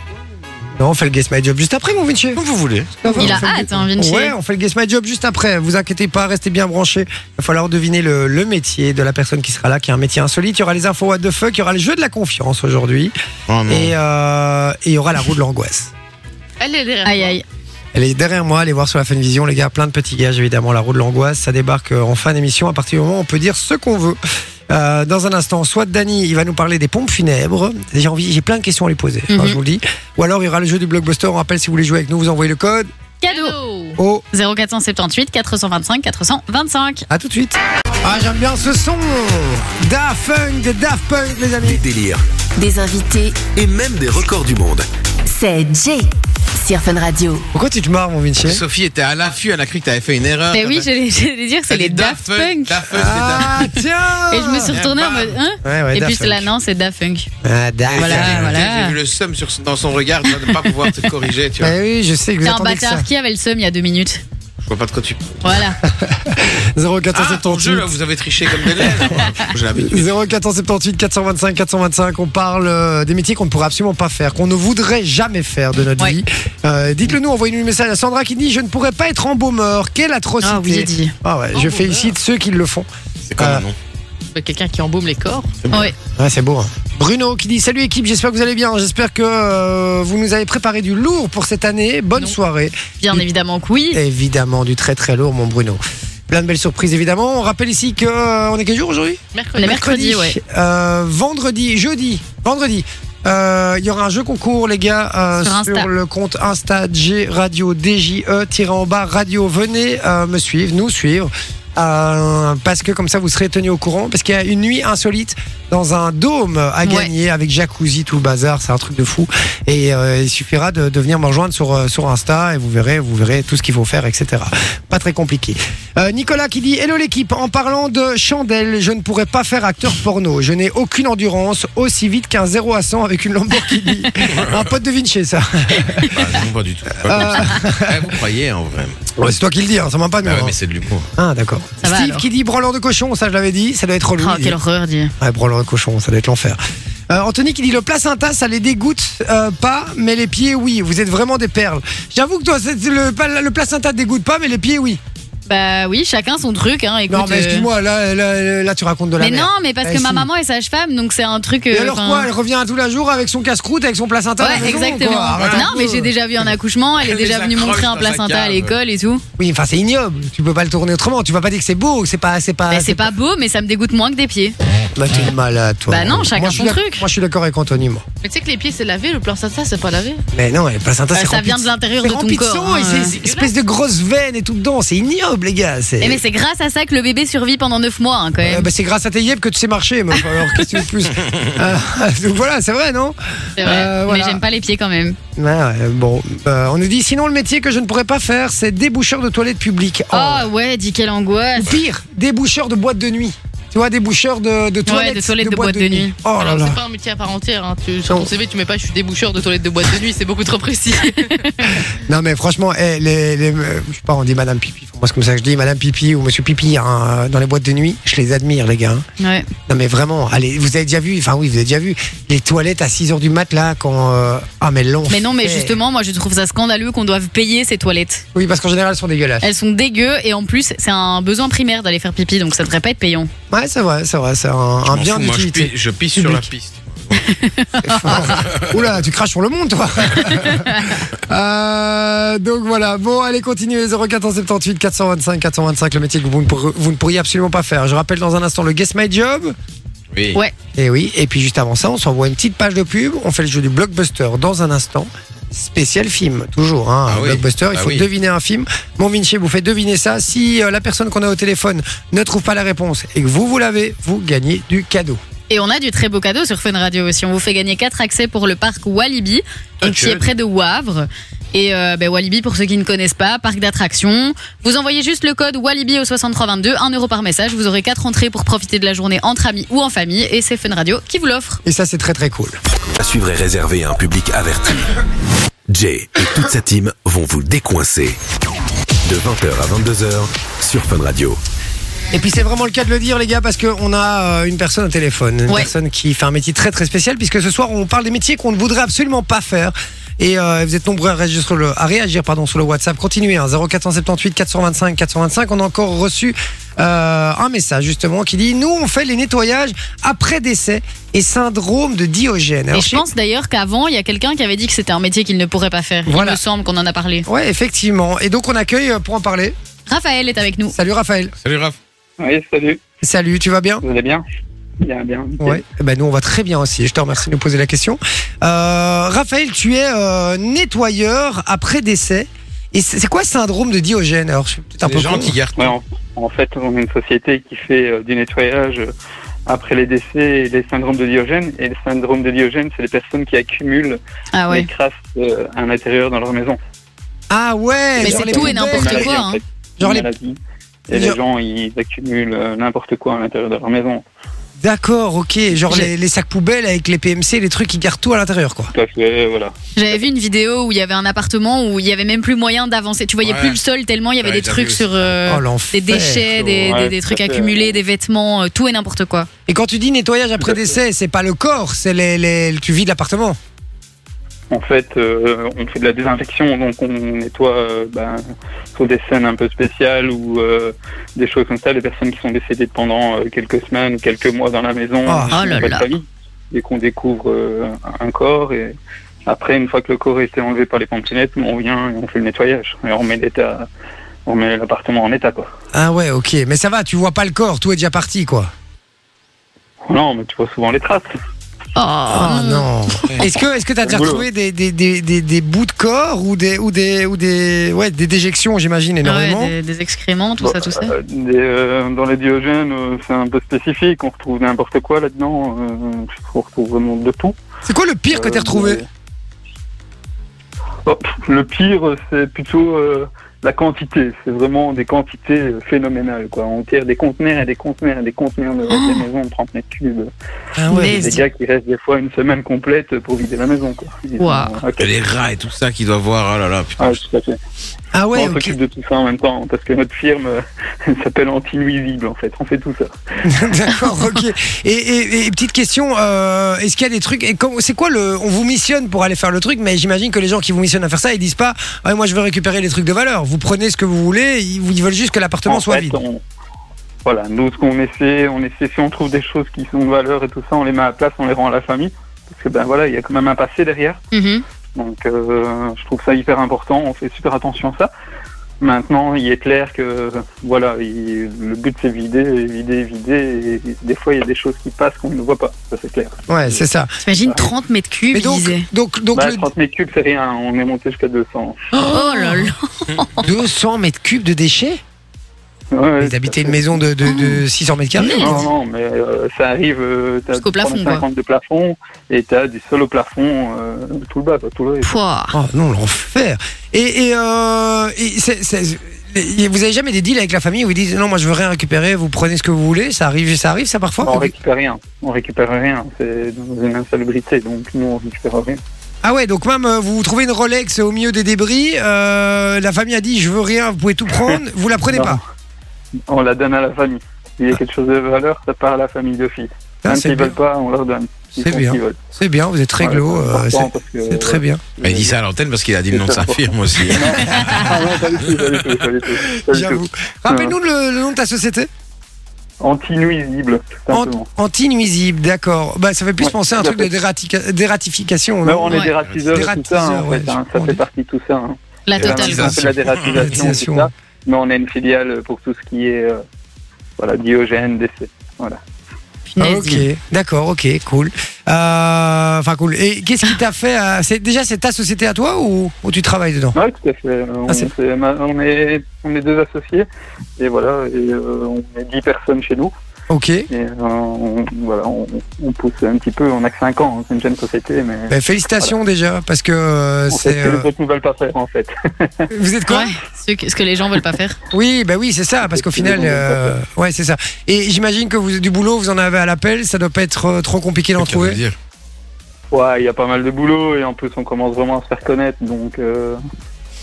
Non, on fait le Guess My Job juste après, mon Vinci.
Comme vous voulez.
Ça va,
Il
on
a
fait le-
hâte, hein, Vinci.
Ouais, on fait le Guess My Job juste après. Vous inquiétez pas, restez bien branchés. Il va falloir deviner le, le métier de la personne qui sera là, qui est un métier insolite. Il y aura les infos what the fuck, il y aura le jeu de la confiance aujourd'hui.
Oh non.
Et, euh, et il y aura la roue de l'angoisse.
Elle est derrière.
Aïe
toi.
aïe.
Elle est derrière moi, allez voir sur la Fun Vision, les gars, plein de petits gages évidemment. La roue de l'angoisse, ça débarque euh, en fin d'émission. À partir du moment où on peut dire ce qu'on veut. Euh, dans un instant, soit Dany, il va nous parler des pompes funèbres. J'ai envie, j'ai plein de questions à lui poser. hein,
Mhm.
je vous le dis. Ou alors il y aura le jeu du blockbuster. On rappelle si vous voulez jouer avec nous, vous envoyez le code
Cadeau
Hello.
au
0478 425 425.
À tout de suite. Ah, j'aime bien ce son. Da Funk, de Daft Punk, les
des
amis.
délires
des invités,
et même des records du monde.
c'est Jay sur Fun Radio.
Pourquoi tu te marres, mon Vinci
Sophie était à l'affût, elle a cru que t'avais fait une erreur.
Mais oui,
T'as-
j'allais j'allais dire,
t'as
c'est les
dit
Daft Punk.
Daft Punk, c'est Daft
Ah, tiens
Et je me suis retournée en mode, hein
Ouais, ouais,
Et puis
Daft
j'étais là,
Punk.
non, c'est Daft Punk.
Ah, d'accord.
Voilà,
J'ai-
voilà.
J'ai vu le seum sur- dans son regard tu vois, de ne pas pouvoir te corriger, tu vois.
Bah oui, je sais que vous
T'es un
attendez que ça.
bâtard qui avait le seum il y a deux minutes.
Je vois pas de quoi tu.
Voilà.
Ah, ton
0478.
jeu, là, vous avez triché comme des lèvres. J'ai l'habitude.
0478 425 425, on parle euh, des métiers qu'on ne pourrait absolument pas faire, qu'on ne voudrait jamais faire de notre
Ouais.
vie. Euh, Dites-le nous, envoyez-nous un message à Sandra qui dit Je ne pourrais pas être embaumeur, quelle atrocité
Ah, vous avez dit.
Ah ouais, je
Embaumeur.
félicite ceux qui le font.
C'est comme un nom.
Ah.
Bah, Quelqu'un qui embaume les corps.
Ouais.
Ouais, c'est beau. hein. Bruno qui dit Salut équipe, j'espère que vous allez bien, j'espère que euh, vous nous avez préparé du lourd pour cette année. Bonne
Non.
soirée.
Bien évidemment que oui.
Évidemment, du très très lourd, mon Bruno. Plein de belles surprises, évidemment. On rappelle ici que euh, on est quel jour aujourd'hui
Mercredi.
Le mercredi, ouais.
Euh, vendredi, jeudi, vendredi. euh, Il y aura un jeu concours, les gars, euh,
Sur
sur,
Insta.
le compte Insta G Radio DJE tiré en bas Radio. Venez euh, me suivre, nous suivre. euh, parce que comme ça vous serez tenus au courant parce qu'il y a une nuit insolite dans un dôme à
Ouais.
gagner avec jacuzzi tout le bazar c'est un truc de fou et euh, il suffira de, de venir me rejoindre sur euh, sur Insta et vous verrez vous verrez tout ce qu'il faut faire etc pas très compliqué euh, Nicolas qui dit Hello l'équipe, en parlant de chandelle, je ne pourrais pas faire acteur porno. Je n'ai aucune endurance aussi vite qu'un 0 à 100 avec une Lamborghini. un pote de Vinci, ça.
Bah, non, pas du tout.
Ah.
Pas comme ça. Eh, vous croyez en vrai
Ouais, c'est toi qui le dis, hein, ça m'a pas de
Ah
moi,
ouais,
hein.
mais c'est de l'humour.
Ah, d'accord.
Ça va,
Steve
alors.
qui dit branleur de cochon, ça je l'avais dit, ça doit être relou.
Oh,
il dit.
quelle horreur, dis.
Ouais, branleur de cochon, ça doit être l'enfer. Euh, Anthony qui dit le placenta, ça les dégoûte euh, pas, mais les pieds, oui. Vous êtes vraiment des perles. J'avoue que toi, c'est- le, le placenta te dégoûte pas, mais les pieds, oui.
Bah oui, chacun son truc, hein. Écoute,
Non, mais
euh,
excuse-moi, là, là, là, tu racontes de la
Mais
merde.
non, mais parce
Eh,
que
si.
ma maman est sage-femme, donc c'est un truc.
Et
euh,
alors
enfin,
quoi Elle revient à tous la jour avec son casse-croûte, avec son placenta. à la
Ouais,
maison,
exactement.
quoi. Arrête
non,
un
mais
peu.
j'ai déjà vu un accouchement, elle est
Elle
déjà
les
venue montrer
accroche
un
dans sa
placenta à
cave.
l'école et tout.
Oui, enfin c'est ignoble. Tu peux pas le tourner autrement. Tu vas pas dire que c'est beau, que c'est pas, Ah, c'est pas.
Bah, c'est pas beau, mais ça me dégoûte moins que des pieds.
Bah t'es malade toi.
Bah non, chacun
Moi, je suis
son
d'ac-
truc.
Moi je suis d'accord avec Anthony moi.
Mais tu sais que les pieds c'est lavé, le placenta c'est pas lavé.
Mais non, le placenta
Euh,
c'est
ça
rempli
vient de l'intérieur
c'est
de ton
rempli
corps,
sang et
hein.
c'est- c'est une espèce de grosse veine et tout dedans. C'est ignoble les gars. C'est.
Et Eh, mais c'est grâce à ça que le bébé survit pendant 9 mois, hein, quand
Euh,
même.
bah, c'est grâce à tes yeux que tu sais marcher. meuf. alors qu'est-ce que tu veux de plus Euh, Donc voilà, c'est vrai non
C'est vrai.
euh, voilà. Oh.
Mais j'aime pas les pieds quand même.
Ouais, ouais, Bon, Euh, on nous dit sinon le métier que je ne pourrais pas faire, c'est déboucheur de toilettes publiques. Oh.
Oh, ouais, dis quelle angoisse.
Pire, déboucheur de boîte de nuit. Tu vois, déboucheur de, de toilettes.
de toilettes de boîte de nuit. Ah,
Oh là
Alors,
là.
C'est pas un métier à part entière. hein. Tu, sur
Non.
ton CV, tu mets pas je suis déboucheur de toilette de boîte de nuit, c'est beaucoup trop précis.
Non, mais franchement, eh, les, les- euh, je sais pas, on dit Madame Pipi. Moi, c'est comme ça que je dis Madame Pipi ou Monsieur Pipi hein, euh, dans les boîtes de nuit. Je les admire, les gars. hein.
Ouais.
Non, mais vraiment, allez, vous avez déjà vu, enfin oui, vous avez déjà vu les toilettes à 6 h du mat là quand. euh, Ah, mais l'on.
Mais non, mais
fait.
justement, moi je trouve ça scandaleux qu'on doive payer ces toilettes.
Oui, parce qu'en général, elles sont dégueulasses.
Elles sont dégueu et en plus, c'est un besoin primaire d'aller faire pipi, donc ça devrait pas être payant.
Ouais, c'est vrai, c'est vrai, c'est un,
Je
un
m'en
bien
fous, moi, je
d'utilité.
pisse, je pisse sur la
Public.
piste.
Oula, tu craches sur le monde, toi Euh, Donc voilà, bon, allez, continuez. 0478 425 425, le métier que vous ne, pourrez, vous ne pourriez absolument pas faire. Je rappelle dans un instant le Guess My Job.
Oui.
Ouais.
Et Eh oui, et puis juste avant ça, on s'envoie une petite page de pub. On fait le jeu du blockbuster dans un instant. Spécial film, toujours. Hein,
Ah oui.
Blockbuster, il
Ah
faut
oui.
deviner un film. Mon Vinci vous fait deviner ça. Si euh, la personne qu'on a au téléphone ne trouve pas la réponse et que vous, vous l'avez, vous gagnez du cadeau.
Et on a du très beau cadeau sur Fun Radio aussi. On vous fait gagner quatre accès pour le parc Walibi, donc qui
chouette.
est près de Wavre. Et euh, ben, Walibi, pour ceux qui ne connaissent pas, parc d'attractions. Vous envoyez juste le code Walibi au 6322, 1 euro par message. Vous aurez quatre entrées pour profiter de la journée entre amis ou en famille. Et c'est Fun Radio qui vous l'offre.
Et ça, c'est très très cool.
À suivre est réservé à un public averti. Jay et toute sa team vont vous décoincer. De 20h à 22h sur Fun Radio.
Et puis c'est vraiment le cas de le dire les gars parce qu'on a euh, une personne au téléphone, une
Ouais.
personne qui fait un métier très très spécial puisque ce soir on parle des métiers qu'on ne voudrait absolument pas faire. Et euh, vous êtes nombreux à réagir, sur le, à réagir pardon, sur le WhatsApp. Continuez, hein, 0478 425 425. On a encore reçu euh, un message justement qui dit Nous, on fait les nettoyages après décès et syndrome de Diogène. Alors,
et je
je sais-
pense d'ailleurs qu'avant, il y a quelqu'un qui avait dit que c'était un métier qu'il ne pourrait pas faire.
Voilà.
Il me semble qu'on en a parlé.
Ouais, effectivement. Et donc, on accueille euh, pour en parler.
Raphaël est avec nous.
Salut Raphaël.
Salut Raph.
Oui, salut,
Salut, tu vas bien
vous allez bien Bien, bien. nickel.
Ouais. Eh ben nous on va très bien aussi. Je te remercie de nous poser la question. Euh, Raphaël, tu es euh, nettoyeur après décès. Et c'est c'est quoi le syndrome de Diogène Alors je suis peut-être un
Les
peu
gens
con.
qui gardent.
Ouais, en, en fait, on est une société qui fait euh, du nettoyage euh, après les décès, les syndromes de Diogène. Et le syndrome de Diogène, c'est les personnes qui accumulent
Ah ouais.
les crasses euh, à l'intérieur dans leur maison.
Ah ouais
Mais
genre
c'est
les
tout et
poubelles.
n'importe
Maladie,
quoi,
en
hein.
fait.
Genre
Une
les-
maladie. Et
Genre-
les gens, ils accumulent euh, n'importe quoi à l'intérieur de leur maison.
D'accord, ok. Genre
J'ai-
les, les sacs poubelles avec les PMC, les trucs qui gardent tout à l'intérieur, quoi.
Tout à fait, voilà.
J'avais vu une vidéo où il y avait un appartement où il y avait même plus moyen d'avancer. Tu voyais
Ouais.
plus le sol tellement il y avait
Ouais,
des
j'ai
trucs
vu
sur euh,
oh l'enfer.
des déchets, des,
Ouais,
des- des
tout à
trucs
fait.
accumulés, des vêtements, euh, tout et n'importe quoi.
Et quand tu dis nettoyage après décès, c'est pas le corps, c'est les, les- tu vides l'appartement.
En fait, euh, on fait de la désinfection, donc on nettoie euh, ben, sur des scènes un peu spéciales ou euh, des choses comme ça, les personnes qui sont décédées pendant euh, quelques semaines ou quelques mois dans la maison,
Ah.
qui
Oh
n'ont
là
pas de
là.
famille, et qu'on découvre euh, un corps. Et après, une fois que le corps a été enlevé par les pompiers, on vient et on fait le nettoyage et on remet l'état, on met l'appartement en état quoi.
Ah ouais, ok. Mais ça va, tu vois pas le corps, tout est déjà parti, quoi.
Oh Non, mais tu vois souvent les traces.
Oh,
Ah non. Est-ce que, est-ce que t'as déjà
Boulot.
retrouvé des, des, des, des, des bouts de corps ou des, ou des, ou des, ouais, des déjections, j'imagine
Ah Ouais,
énormément.
des, des excréments, tout ça, tout ça.
Euh, des, euh, dans les diogènes, euh, c'est un peu spécifique, on retrouve n'importe quoi là-dedans, euh, on retrouve vraiment de tout.
C'est quoi le pire que t'as
Euh,
retrouvé
mais- Oh, pff, Le pire, c'est plutôt euh, la quantité. C'est vraiment des quantités phénoménales. Quoi. On tire des conteneurs et des conteneurs et des conteneurs de des maisons de 30 mètres cubes.
Ah
mais-
Des gars qui restent des fois une semaine complète pour vider la maison. Quoi. Ils
Waouh.
ont- ok.
Les rats et tout ça qui doit voir. Oh là là, putain.
Ah, tout à fait.
Ah ouais,
on
ok.
s'occupe de tout ça en même temps parce que notre firme euh, elle s'appelle Anti-Nuisible en fait. On fait tout ça.
D'accord, ok. Et, et- et petite question, euh, est-ce qu'il y a des trucs et quand- C'est quoi le On vous missionne pour aller faire le truc, mais j'imagine que les gens qui vous missionnent à faire ça, ils disent pas, Ah, moi je veux récupérer les trucs de valeur. Vous prenez ce que vous voulez, ils, ils veulent juste que l'appartement
En
soit
fait,
vide.
on- Voilà, nous ce qu'on essaie, on essaie si on trouve des choses qui sont de valeur et tout ça, on les met à la place, on les rend à la famille. Parce que ben voilà, il y a quand même un passé derrière.
Mhm.
Donc euh, je trouve ça hyper important, on fait super attention à ça. Maintenant, il est clair que voilà, il- le but c'est vider, vider, vider. Et des fois, il y a des choses qui passent qu'on ne voit pas, ça c'est clair.
Ouais, c'est ça.
T'imagines 30 mètres cubes,
Mais
ils
donc,
disaient.
donc, donc
Bah,
le
30 mètres cubes, c'est rien, on est monté jusqu'à 200.
Oh là là.
200 mètres cubes de déchets.
Ouais,
Ils habitaient une maison de, de, de 600 mètres carrés.
Non, non, mais euh, ça arrive, euh, t'as
Jusqu'au plafond,
350 de plafond et t'as du sol au plafond, euh, tout le bas, quoi, tout le reste.
Pouah.
Oh non, l'enfer. Et, et, euh, et c'est- c'est- et vous avez jamais des deals avec la famille où ils disent non, moi je veux rien récupérer, vous prenez ce que vous voulez, ça arrive, ça arrive, ça parfois.
on récupère rien, on récupère rien, c'est dans une insalubrité, donc nous on récupère rien.
Ah ouais, donc même euh, vous trouvez une Rolex au milieu des débris, euh, la famille a dit je veux rien, vous pouvez tout prendre, vous la prenez
Non.
pas.
On la donne à la famille. S'il y a quelque chose de valeur, ça part à la famille de filles.
Ah,
Même
c'est
s'ils
bien.
veulent pas, on leur donne. Ils
C'est
font
bien.
ce qu'ils veulent.
C'est bien, vous êtes réglo,
Voilà,
euh,
c'est important
c'est
parce que-
c'est très bien.
Mais il dit ça à l'antenne parce qu'il a dit le nom de sa firme aussi.
Ah non, pas du tout, pas du tout, pas du tout, pas du
J'avoue.
tout.
Rappelle-nous le, le nom de ta société
Anti-nuisible, tout simplement.
Anti-nuisible, d'accord. Bah ça fait plus
Ouais,
penser à un
tout à
truc de hein. dératica- dératification.
Mais on est
Ouais.
des ratiseurs, et tout ça,
Dératiseurs,
en
ouais,
fait,
je
hein, ça
comprends.
fait partie de tout ça. hein.
La
Et la
totale.
C'est un peu la dératisation, et tout ça. Mais on est une filiale pour tout ce qui est euh, voilà, Diogène, décès.
Ah,
Punaise.
ok, d'accord, ok, cool. Euh, Enfin cool. Et qu'est-ce qui t'a fait à- c'est- Déjà, c'est ta société à toi ou, ou tu travailles dedans
Oui, tout à fait. Euh, On,
Ah, c'est-
c'est- ma- on est, on est deux associés et voilà, et, euh, on est 10 personnes chez nous.
Ok.
Et euh, on, voilà, on, on pousse un petit peu, on a que 5 ans, hein, c'est une jeune société, mais
Bah, félicitations déjà, parce que euh,
on fait
c'est.
ce que
euh,
les autres ne veulent pas faire en fait.
vous êtes quoi
Ouais, ce que, ce que les gens veulent pas faire.
Oui, bah oui, c'est ça, parce qu'au final, euh, ouais, c'est ça. Et j'imagine que vous du boulot, vous en avez à l'appel, ça doit pas être euh, trop compliqué d'en
Qu'est-ce que ça veut
trouver.
dire
Ouais, il y a pas mal de boulot et en plus on commence vraiment à se faire connaître, donc euh,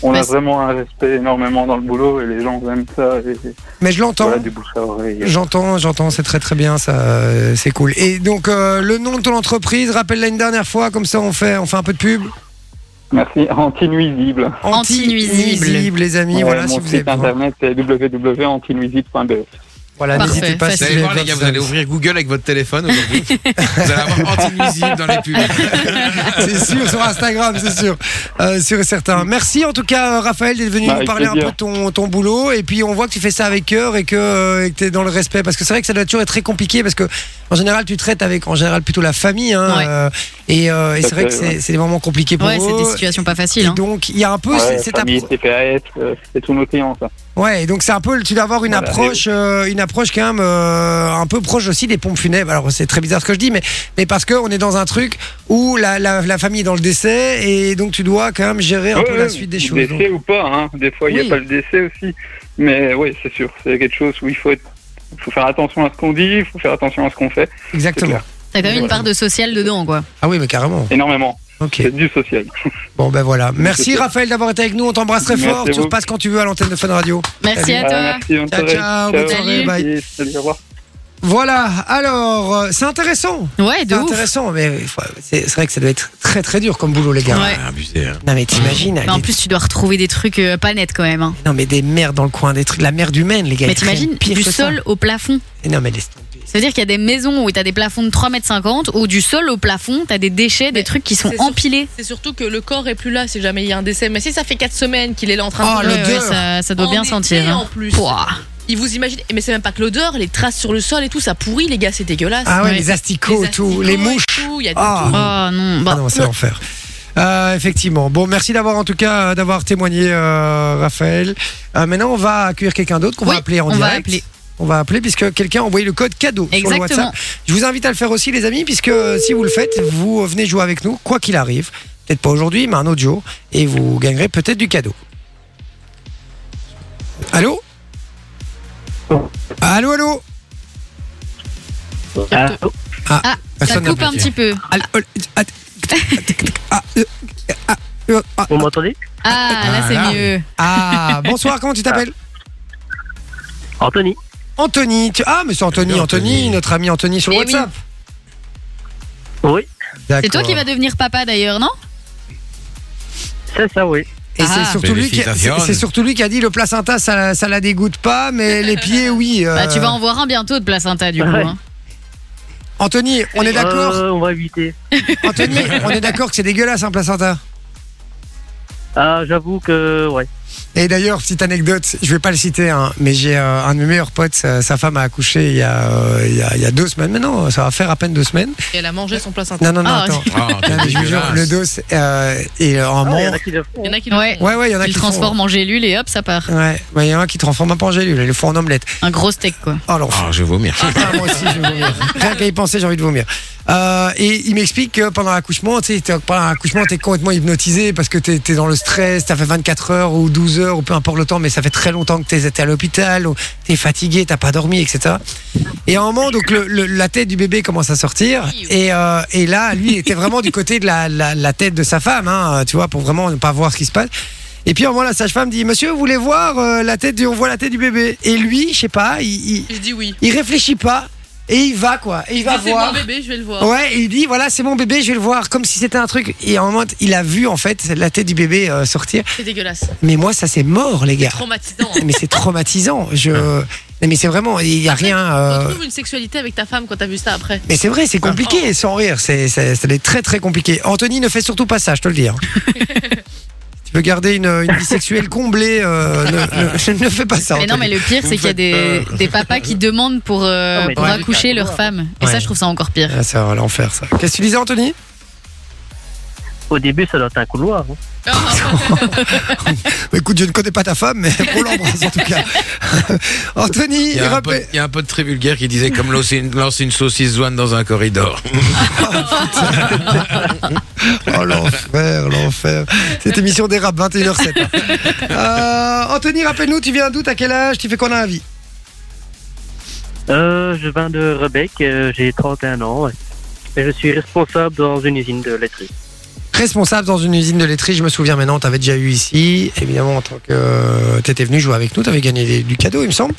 on
Mais
a
c'est-
vraiment un respect énormément dans le boulot et les gens aiment ça. Et,
Mais je l'entends,
voilà, du bouche à oreille.
j'entends, j'entends, c'est très très bien, ça, euh, c'est cool. Et donc euh, le nom de ton entreprise, rappelle-la une dernière fois, comme ça on fait, on fait un peu de pub.
Merci, anti-nuisible.
Anti-nuisible.
Anti-nuisible, les amis.
Ouais,
voilà,
mon
si vous avez
site
besoin.
internet c'est www.antinuisible.be.
Voilà,
Parfait,
n'hésitez pas.
facile.
Vous
si
allez voir,
avez
les gars, vous
besoin de
allez ouvrir Google avec votre téléphone aujourd'hui. vous allez avoir anti-musique dans les pubs. Ah,
C'est sûr, sur Instagram, c'est sûr. Euh, sûr et certain. Merci en tout cas, euh, Raphaël, d'être venu
Bah,
nous
avec
parler un
plaisir.
peu de ton, ton boulot. Et puis, on voit que tu fais ça avec cœur et que euh, tu es dans le respect. Parce que c'est vrai que ça doit toujours être très compliqué. Parce que, en général, tu traites avec, en général, plutôt la famille. Hein,
Ouais.
euh, et euh, et c'est vrai que c'est c'est des moments compliqués pour
Ouais, c'est
eux.
des situations pas
Et
faciles. hein.
donc, il y a un peu
Ouais,
c'est- c'est ta-
famille, CPAS, euh, c'est tous nos clients ça.
Ouais, et donc c'est un peu, tu dois avoir une
Voilà.
approche, euh, une approche quand même euh, un peu proche aussi des pompes funèbres. Alors c'est très bizarre ce que je dis, mais mais parce que on est dans un truc où la, la, la famille est dans le décès et donc tu dois quand même gérer un
Ouais,
peu
ouais,
la suite des choses.
Décès ou pas, hein. des fois il n'y
Oui.
a pas le décès aussi. Mais oui, c'est sûr, c'est quelque chose où il faut, être- faut faire attention à ce qu'on dit, il faut faire attention à ce qu'on fait. C'est
Exactement.
clair.
T'as quand même une part de social dedans, quoi.
Ah oui, mais carrément.
Énormément,
Ok.
c'est du social.
Bon ben voilà. Merci Raphaël d'avoir été avec nous. On t'embrasse très
Merci
fort.
à
Tu
vous.
repasses quand tu veux à l'antenne de Fun Radio.
Merci à
Ah,
toi.
merci, bonne
Ciao,
soirée.
ciao, bonne
soirée,
Salut.
bye.
Salut, au revoir.
Voilà. Alors euh, c'est intéressant.
Ouais,
C'est
de ouf.
intéressant, mais il faut- c'est c'est vrai que ça doit être très très dur comme boulot les gars.
Ouais.
Abusé. hein.
Non mais t'imagines.
Mais Bah, en
les-
plus, tu dois retrouver des trucs euh, pas nets quand même. hein.
Non mais des mers dans le coin, des trucs, la mer du Maine les gars.
Mais
ils traînent
t'imagines,
pire
du
que ça.
sol au plafond.
Et non mais laisse tomber.
Ça veut dire qu'il y a des maisons où t'as des plafonds de 3m50, ou du sol au plafond, t'as des déchets, des
Mais
trucs qui sont
c'est sûr-
empilés.
C'est surtout que le corps est plus là si jamais il y a un décès. Mais si ça fait 4 semaines qu'il est là en train
Oh,
de.
l'odeur.
ça, ça doit
En
Oh,
bien
été,
sentir. hein.
En plus.
Pouah.
Il vous imagine. Mais c'est même pas que l'odeur, les traces sur le sol et tout, ça pourrit, les gars, c'est dégueulasse.
Ah ouais,
Ouais.
les asticots et tout,
asticots
les
et
mouches.
tout, il y a de
Ah.
tout.
Oh non,
Ah
bah,
non, c'est l'enfer. Euh, effectivement. Bon, merci d'avoir en tout cas euh, d'avoir témoigné, euh, Raphaël. Euh, maintenant, on va accueillir quelqu'un d'autre qu'on va
Oui,
appeler en
on va
direct.
appeler.
On va appeler puisque quelqu'un a envoyé le code cadeau sur le
Exactement.
WhatsApp. Je vous invite à le faire aussi, les amis, puisque euh, si vous le faites, vous venez jouer avec nous, quoi qu'il arrive. Peut-être pas aujourd'hui, mais un autre jour, et vous gagnerez peut-être du cadeau. Allô Allô, allô
ça
Ah, oh,
Personne n'a
Ah, coupe un
appelé.
petit peu.
Allô, allô, ah, ah, euh, ah, euh, ah,
Vous m'entendez
Ah, là
Voilà.
c'est mieux.
Ah, bonsoir, comment tu t'appelles
Anthony
Anthony. tu- Ah, mais c'est Anthony,
Salut,
Anthony,
Anthony.
notre ami Anthony sur le
Eh
WhatsApp.
Oui,
C'est toi qui vas devenir papa d'ailleurs, non
c'est ça, oui.
Et c'est
Ah.
surtout, lui qui-
Félicitations.
c'est- c'est surtout lui qui a dit le placenta, ça, ça la dégoûte pas, mais les pieds, oui. euh.
Bah, tu vas en voir un bientôt de placenta du coup.
Ouais.
hein.
Anthony, on est d'accord
Euh, On va éviter.
Anthony, on est d'accord que c'est dégueulasse un placenta.
Ah, j'avoue que, ouais.
Et d'ailleurs, petite anecdote, je vais pas le citer, hein, mais j'ai euh, un de mes meilleurs potes, sa, sa femme a accouché il y a, euh, il, y a, il y a deux semaines maintenant, ça va faire à peine deux semaines.
Et elle a mangé son placenta.
Non, non, non,
Ah,
attends.
Ah, t'es
Non, mais je vous jure,
dégueulasse.
le dos, euh, et en
Ah,
man-
il y en a qui le font.
Il y en a qui le
Ouais.
font.
Ouais, ouais, il y en a
Tu le
qui font-
transformes en gélule et hop, ça part.
Ouais, Bah, il y en a qui transforment un peu en gélule, ils le font en omelette.
Un gros steak quoi.
Oh l'enfer.
Ah, je vais vomir.
Ah, moi aussi, je vais vomir. Rien qu'à y penser, j'ai envie de vomir. Euh, et il m'explique que pendant l'accouchement, tu sais, t'es- pendant l'accouchement, t'es complètement hypnotisé parce que t'es, t'es dans le stress, t'as fait 24 heures ou 12 heures ou peu importe le temps, mais ça fait très longtemps que t'es, t'es à l'hôpital, ou t'es fatigué, t'as pas dormi, etc. Et à un moment, donc, le- le- la tête du bébé commence à sortir. Et, euh, et là, lui, il était vraiment du côté de la, la- la tête de sa femme, hein, tu vois, pour vraiment ne pas voir ce qui se passe. Et puis, à un moment, la sage-femme dit, monsieur, vous voulez voir euh, la tête du, on voit la tête du bébé. Et lui, je sais pas, il- il,
Je dis oui. Ah,
il réfléchit pas et il va quoi. Et il va
C'est
voir. Oh.
mon bébé, hein. je vais le voir.
Ouais, et il dit voilà, c'est mon bébé, je vais le voir comme si c'était un truc. Et en moment, il a vu en fait la tête du bébé euh, sortir.
C'est dégueulasse.
Mais moi, ça c'est mort, les gars.
Traumatisant.
Mais c'est traumatisant. Je. Non, mais c'est vraiment, il y a rien.
On
euh,
trouve une sexualité avec ta femme quand t'as vu ça après.
Mais c'est vrai, c'est compliqué, sans rire. C'est, c'est, ça doit être très très compliqué. Anthony, ne fais surtout pas ça, je te le dis. hein. tu veux garder une, une vie sexuelle comblée, euh, ne, ne- ne fais pas ça.
Mais non,
Anthony.
mais le pire,
Vous
c'est qu'il y a
faites
des, des papas qui demandent pour, euh,
Non, mais
pour
ouais.
accoucher leur femme. Et
Ouais.
ça, je trouve ça encore pire.
Ah, ça va l'enfer, ça. Qu'est-ce que tu disais, Anthony
Au début, ça doit être un couloir. hein.
Bah, Écoute, je ne connais pas ta femme, mais on l'embrasse en tout cas. Anthony,
Il y, a un
rappel-
pote, il y a un pote très vulgaire qui disait comme lancer une, lancer une saucisse zouane dans un corridor.
Oh l'enfer, l'enfer. Cette émission dérape 21h07. Euh, Anthony, rappelle-nous, tu viens d'où, t'as quel âge, tu fais qu'on a un vie
Euh, je viens de Rebec, euh, j'ai 31 ans. ouais. Et je suis responsable dans une usine de laiterie.
Responsable dans une usine de laiterie, je me souviens maintenant, t'avais déjà eu ici. Évidemment, en tant que euh, t'étais venu jouer avec nous, t'avais gagné des- du cadeau, il me semble.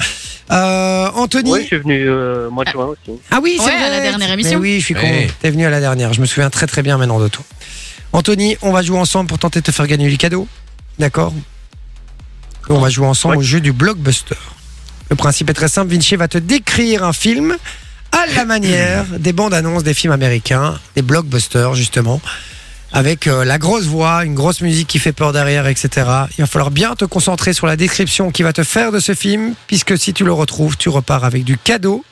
Euh, Anthony,
Oui, je suis venu euh, au mois de juin aussi.
ah oui, c'est
Ouais, à
vrai.
la dernière émission.
Mais oui, je suis con.
Ouais.
T'es venu à la dernière. Je me souviens très très bien maintenant de toi. Anthony, on va jouer ensemble pour tenter de te faire gagner du cadeau. D'accord On va jouer ensemble
Ouais.
au jeu du blockbuster. Le principe est très simple. Vinci va te décrire un film à la manière des bandes annonces des films américains, des blockbusters justement, avec euh, la grosse voix, une grosse musique qui fait peur derrière, etc. Il va falloir bien te concentrer sur la description qui va te faire de ce film, puisque si tu le retrouves, tu repars avec du cadeau.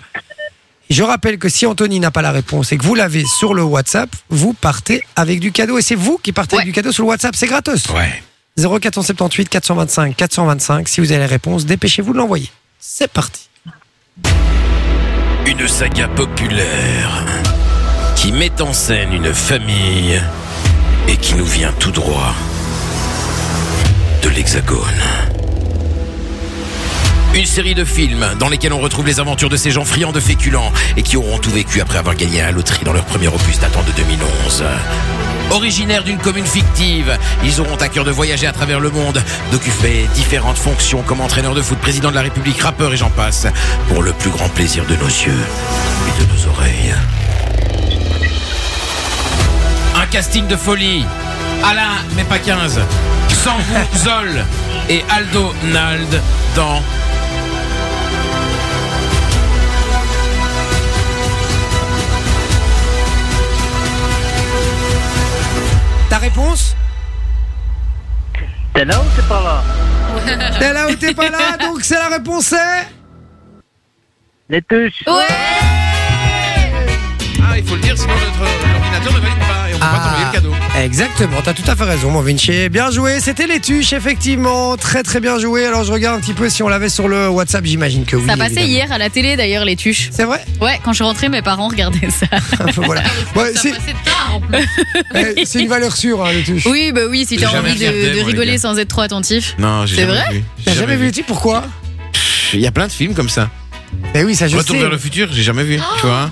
Je rappelle que si Anthony n'a pas la réponse et que vous l'avez sur le WhatsApp, vous partez avec du cadeau. Et c'est vous qui partez avec
Ouais.
du cadeau sur le WhatsApp, c'est gratos.
Ouais.
0478 425 425. Si vous avez la réponse, dépêchez-vous de l'envoyer. C'est parti.
Une saga populaire qui met en scène une famille et qui nous vient tout droit de l'Hexagone. Une série de films dans lesquels on retrouve les aventures de ces gens friands de féculents et qui auront tout vécu après avoir gagné à la loterie dans leur premier opus datant de 2011. Originaires d'une commune fictive, ils auront à cœur de voyager à travers le monde, d'occuper différentes fonctions comme entraîneur de foot, président de la République, rappeur et j'en passe, pour le plus grand plaisir de nos yeux et de nos oreilles. Un casting de folie. Alain, mais pas 15. Sambou Zol et Aldo Nald dans
Ta réponse
T'es là ou t'es pas là
T'es là ou t'es pas là Donc c'est la réponse c'est.
Les touches
Ah, il faut le dire, sinon notre ordinateur ne valide pas et on peut pas t'envoyer le cadeau.
Exactement, t'as tout à fait raison, mon Vinci. Bien joué, c'était les tuches, effectivement. Très très bien joué. Alors je regarde un petit peu si on l'avait sur le WhatsApp, j'imagine que oui.
Ça passait
évidemment.
hier à la télé d'ailleurs, les tuches.
C'est vrai
Ouais, quand je suis rentrée, mes parents regardaient ça.
Voilà. Ouais,
Ça
c'est-
passait tard en plus.
eh, c'est une valeur sûre, hein, les tuches.
Oui, bah oui, si
J'ai
t'as
jamais
envie de,
regardé,
de
moi, les
rigoler
gars.
sans être trop attentif.
Non, j'ai
C'est
jamais
vrai
vu.
T'as jamais vu les tuches Pourquoi
Il y a plein de films comme ça.
Mais oui, ça je
Retour
sais.
vers le futur, j'ai jamais vu, tu vois.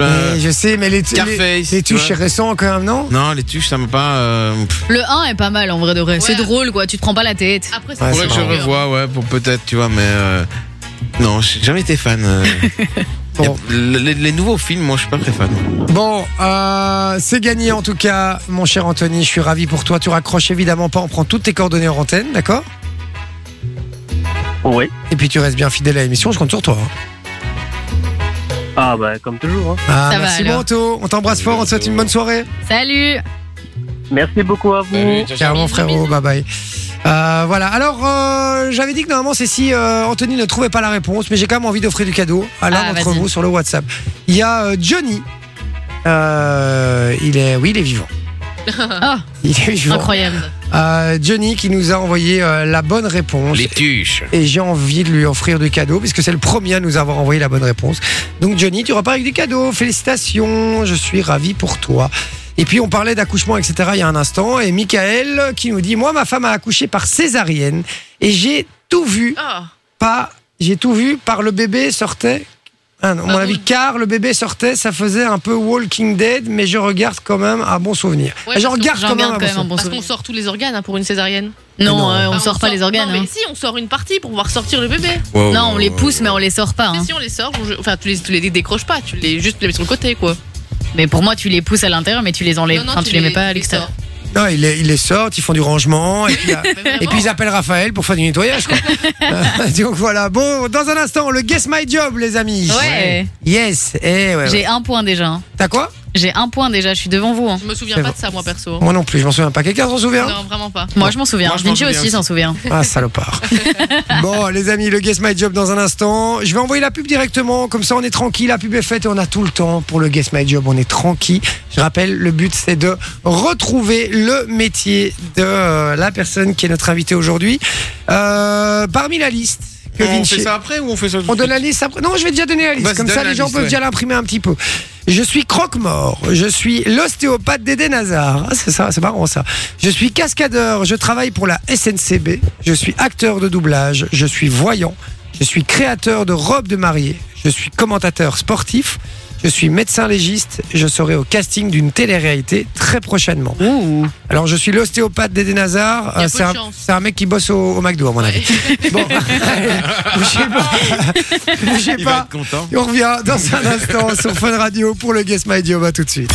Euh,
Mais je sais, mais les, tu- les,
Scarface,
les
tu
tuches, c'est
vois.
récent quand même, non
Non, les tuches, ça m'a pas. euh, pff,
Le 1 est pas mal en vrai de vrai. C'est
Ouais. Ah,
drôle quoi, tu te prends pas la tête.
Après,
Ouais,
c'est
faudrait que je
marrant.
revoie, ouais, pour peut-être, tu vois, mais. euh, non, j'ai jamais été fan. euh.
Bon.
Les, les- les nouveaux films, moi, je suis pas très fan.
Bon, euh, c'est gagné en tout cas, mon cher Anthony. Je suis ravi pour toi. Tu raccroches évidemment pas. On prend toutes tes coordonnées en antenne, d'accord
Oui.
Et puis tu restes bien fidèle à l'émission. Je compte sur toi. hein.
Ah bah comme toujours. hein.
Ah,
Ça va,
merci
alors.
Manto. On t'embrasse fort. On te souhaite une bonne soirée.
Salut
Merci beaucoup à vous.
Ciao mon frérot. Bye bye. Euh, voilà. Alors, euh, j'avais dit que normalement c'est si euh, Anthony ne trouvait pas la réponse, mais j'ai quand même envie d'offrir du cadeau à l'un
Ah,
d'entre
vas-y.
vous sur le WhatsApp. Il y a euh, Johnny. Euh, il est, oui, il est vivant.
Ah,
Il est vivant.
Incroyable.
Euh, Johnny qui nous a envoyé euh, la bonne réponse.
les tuches.
Et j'ai envie de lui offrir du cadeau, puisque c'est le premier à nous avoir envoyé la bonne réponse. Donc Johnny, tu repars avec du cadeau. Félicitations, je suis ravi pour toi. Et puis on parlait d'accouchement, etc. il y a un instant. Et Michael qui nous dit, moi, ma femme a accouché par césarienne. Et j'ai tout vu,
Ah,
pas, j'ai tout vu par le bébé sortait. Ah non, à mon
Pardon.
avis, car le bébé sortait, ça faisait un peu Walking Dead, mais je regarde quand même un bon souvenir.
Ouais,
J'en
parce que
regarde
J'en
quand même
garde
un
quand
bon
même un
souvenir.
bon
parce qu'on
souvenir.
sort tous les organes hein, pour une césarienne.
Non,
Non,
euh, on
Ah,
Enfin,
sort pas les organes.
Non, mais
hein.
si, on sort une partie pour pouvoir sortir le bébé.
Non, on les pousse, mais on les sort pas. hein.
Si, si, on les sort, je- enfin, tu les, tu les décroches pas, tu les juste tu les mets sur le côté, quoi.
Mais pour moi, tu les pousses à l'intérieur, mais tu les enlèves.
Non, non,
enfin, tu, les mets pas à
tu les
l'extérieur.
sors.
Non, ils les, ils les sortent, ils font du rangement, et puis, euh,
Mais vraiment.
et puis ils appellent Raphaël pour faire du nettoyage. Quoi. Euh, Donc voilà, bon, dans un instant, le Guess My Job, les amis.
Ouais.
Yes, eh ouais. ouais.
J'ai un point déjà. hein.
T'as quoi
J'ai un point déjà, je suis devant vous. hein.
Je me
C'est
souviens pas de ça, moi, perso.
Moi non plus, je m'en souviens pas. Quelqu'un s'en souvient
Non, vraiment pas.
Moi, je m'en souviens.
Moi, je m'en
Vinci
souviens
aussi s'en souvient.
Ah, salopard. bon, les amis, le Guess My Job dans un instant. Je vais envoyer la pub directement, comme ça on est tranquille. La pub est faite et on a tout le temps pour le Guess My Job. On est tranquille. Je rappelle, le but c'est de retrouver le métier de euh, la personne qui est notre invitée aujourd'hui. Euh, parmi la liste que
Eh, on
Vinci.
fait ça après ou on fait ça tout
On
de
donne
suite
la liste après. Non, je vais déjà donner la liste.
Vas-y,
Comme
donne
ça,
la
les gens
liste,
peuvent
ouais.
déjà l'imprimer un petit peu. Je suis croque-mort. Je suis l'ostéopathe d'Eden Hazard. Ah, c'est ça, c'est marrant ça. Je suis cascadeur. Je travaille pour la SNCB. Je suis acteur de doublage. Je suis voyant. Je suis créateur de robes de mariée. Je suis commentateur sportif. Je suis médecin légiste. Je serai au casting d'une télé-réalité très prochainement. Alors, je suis l'ostéopathe d'Eden Hazard.
Il y
Euh,
a peu
C'est
de
un,
chance.
c'est un mec qui bosse au, au McDo, à mon avis. Bon, allez, bougez pas. Bougez
Il va
pas.
être content.
Et On revient dans un instant sur Fun Radio pour le Guess My Job. À tout de suite.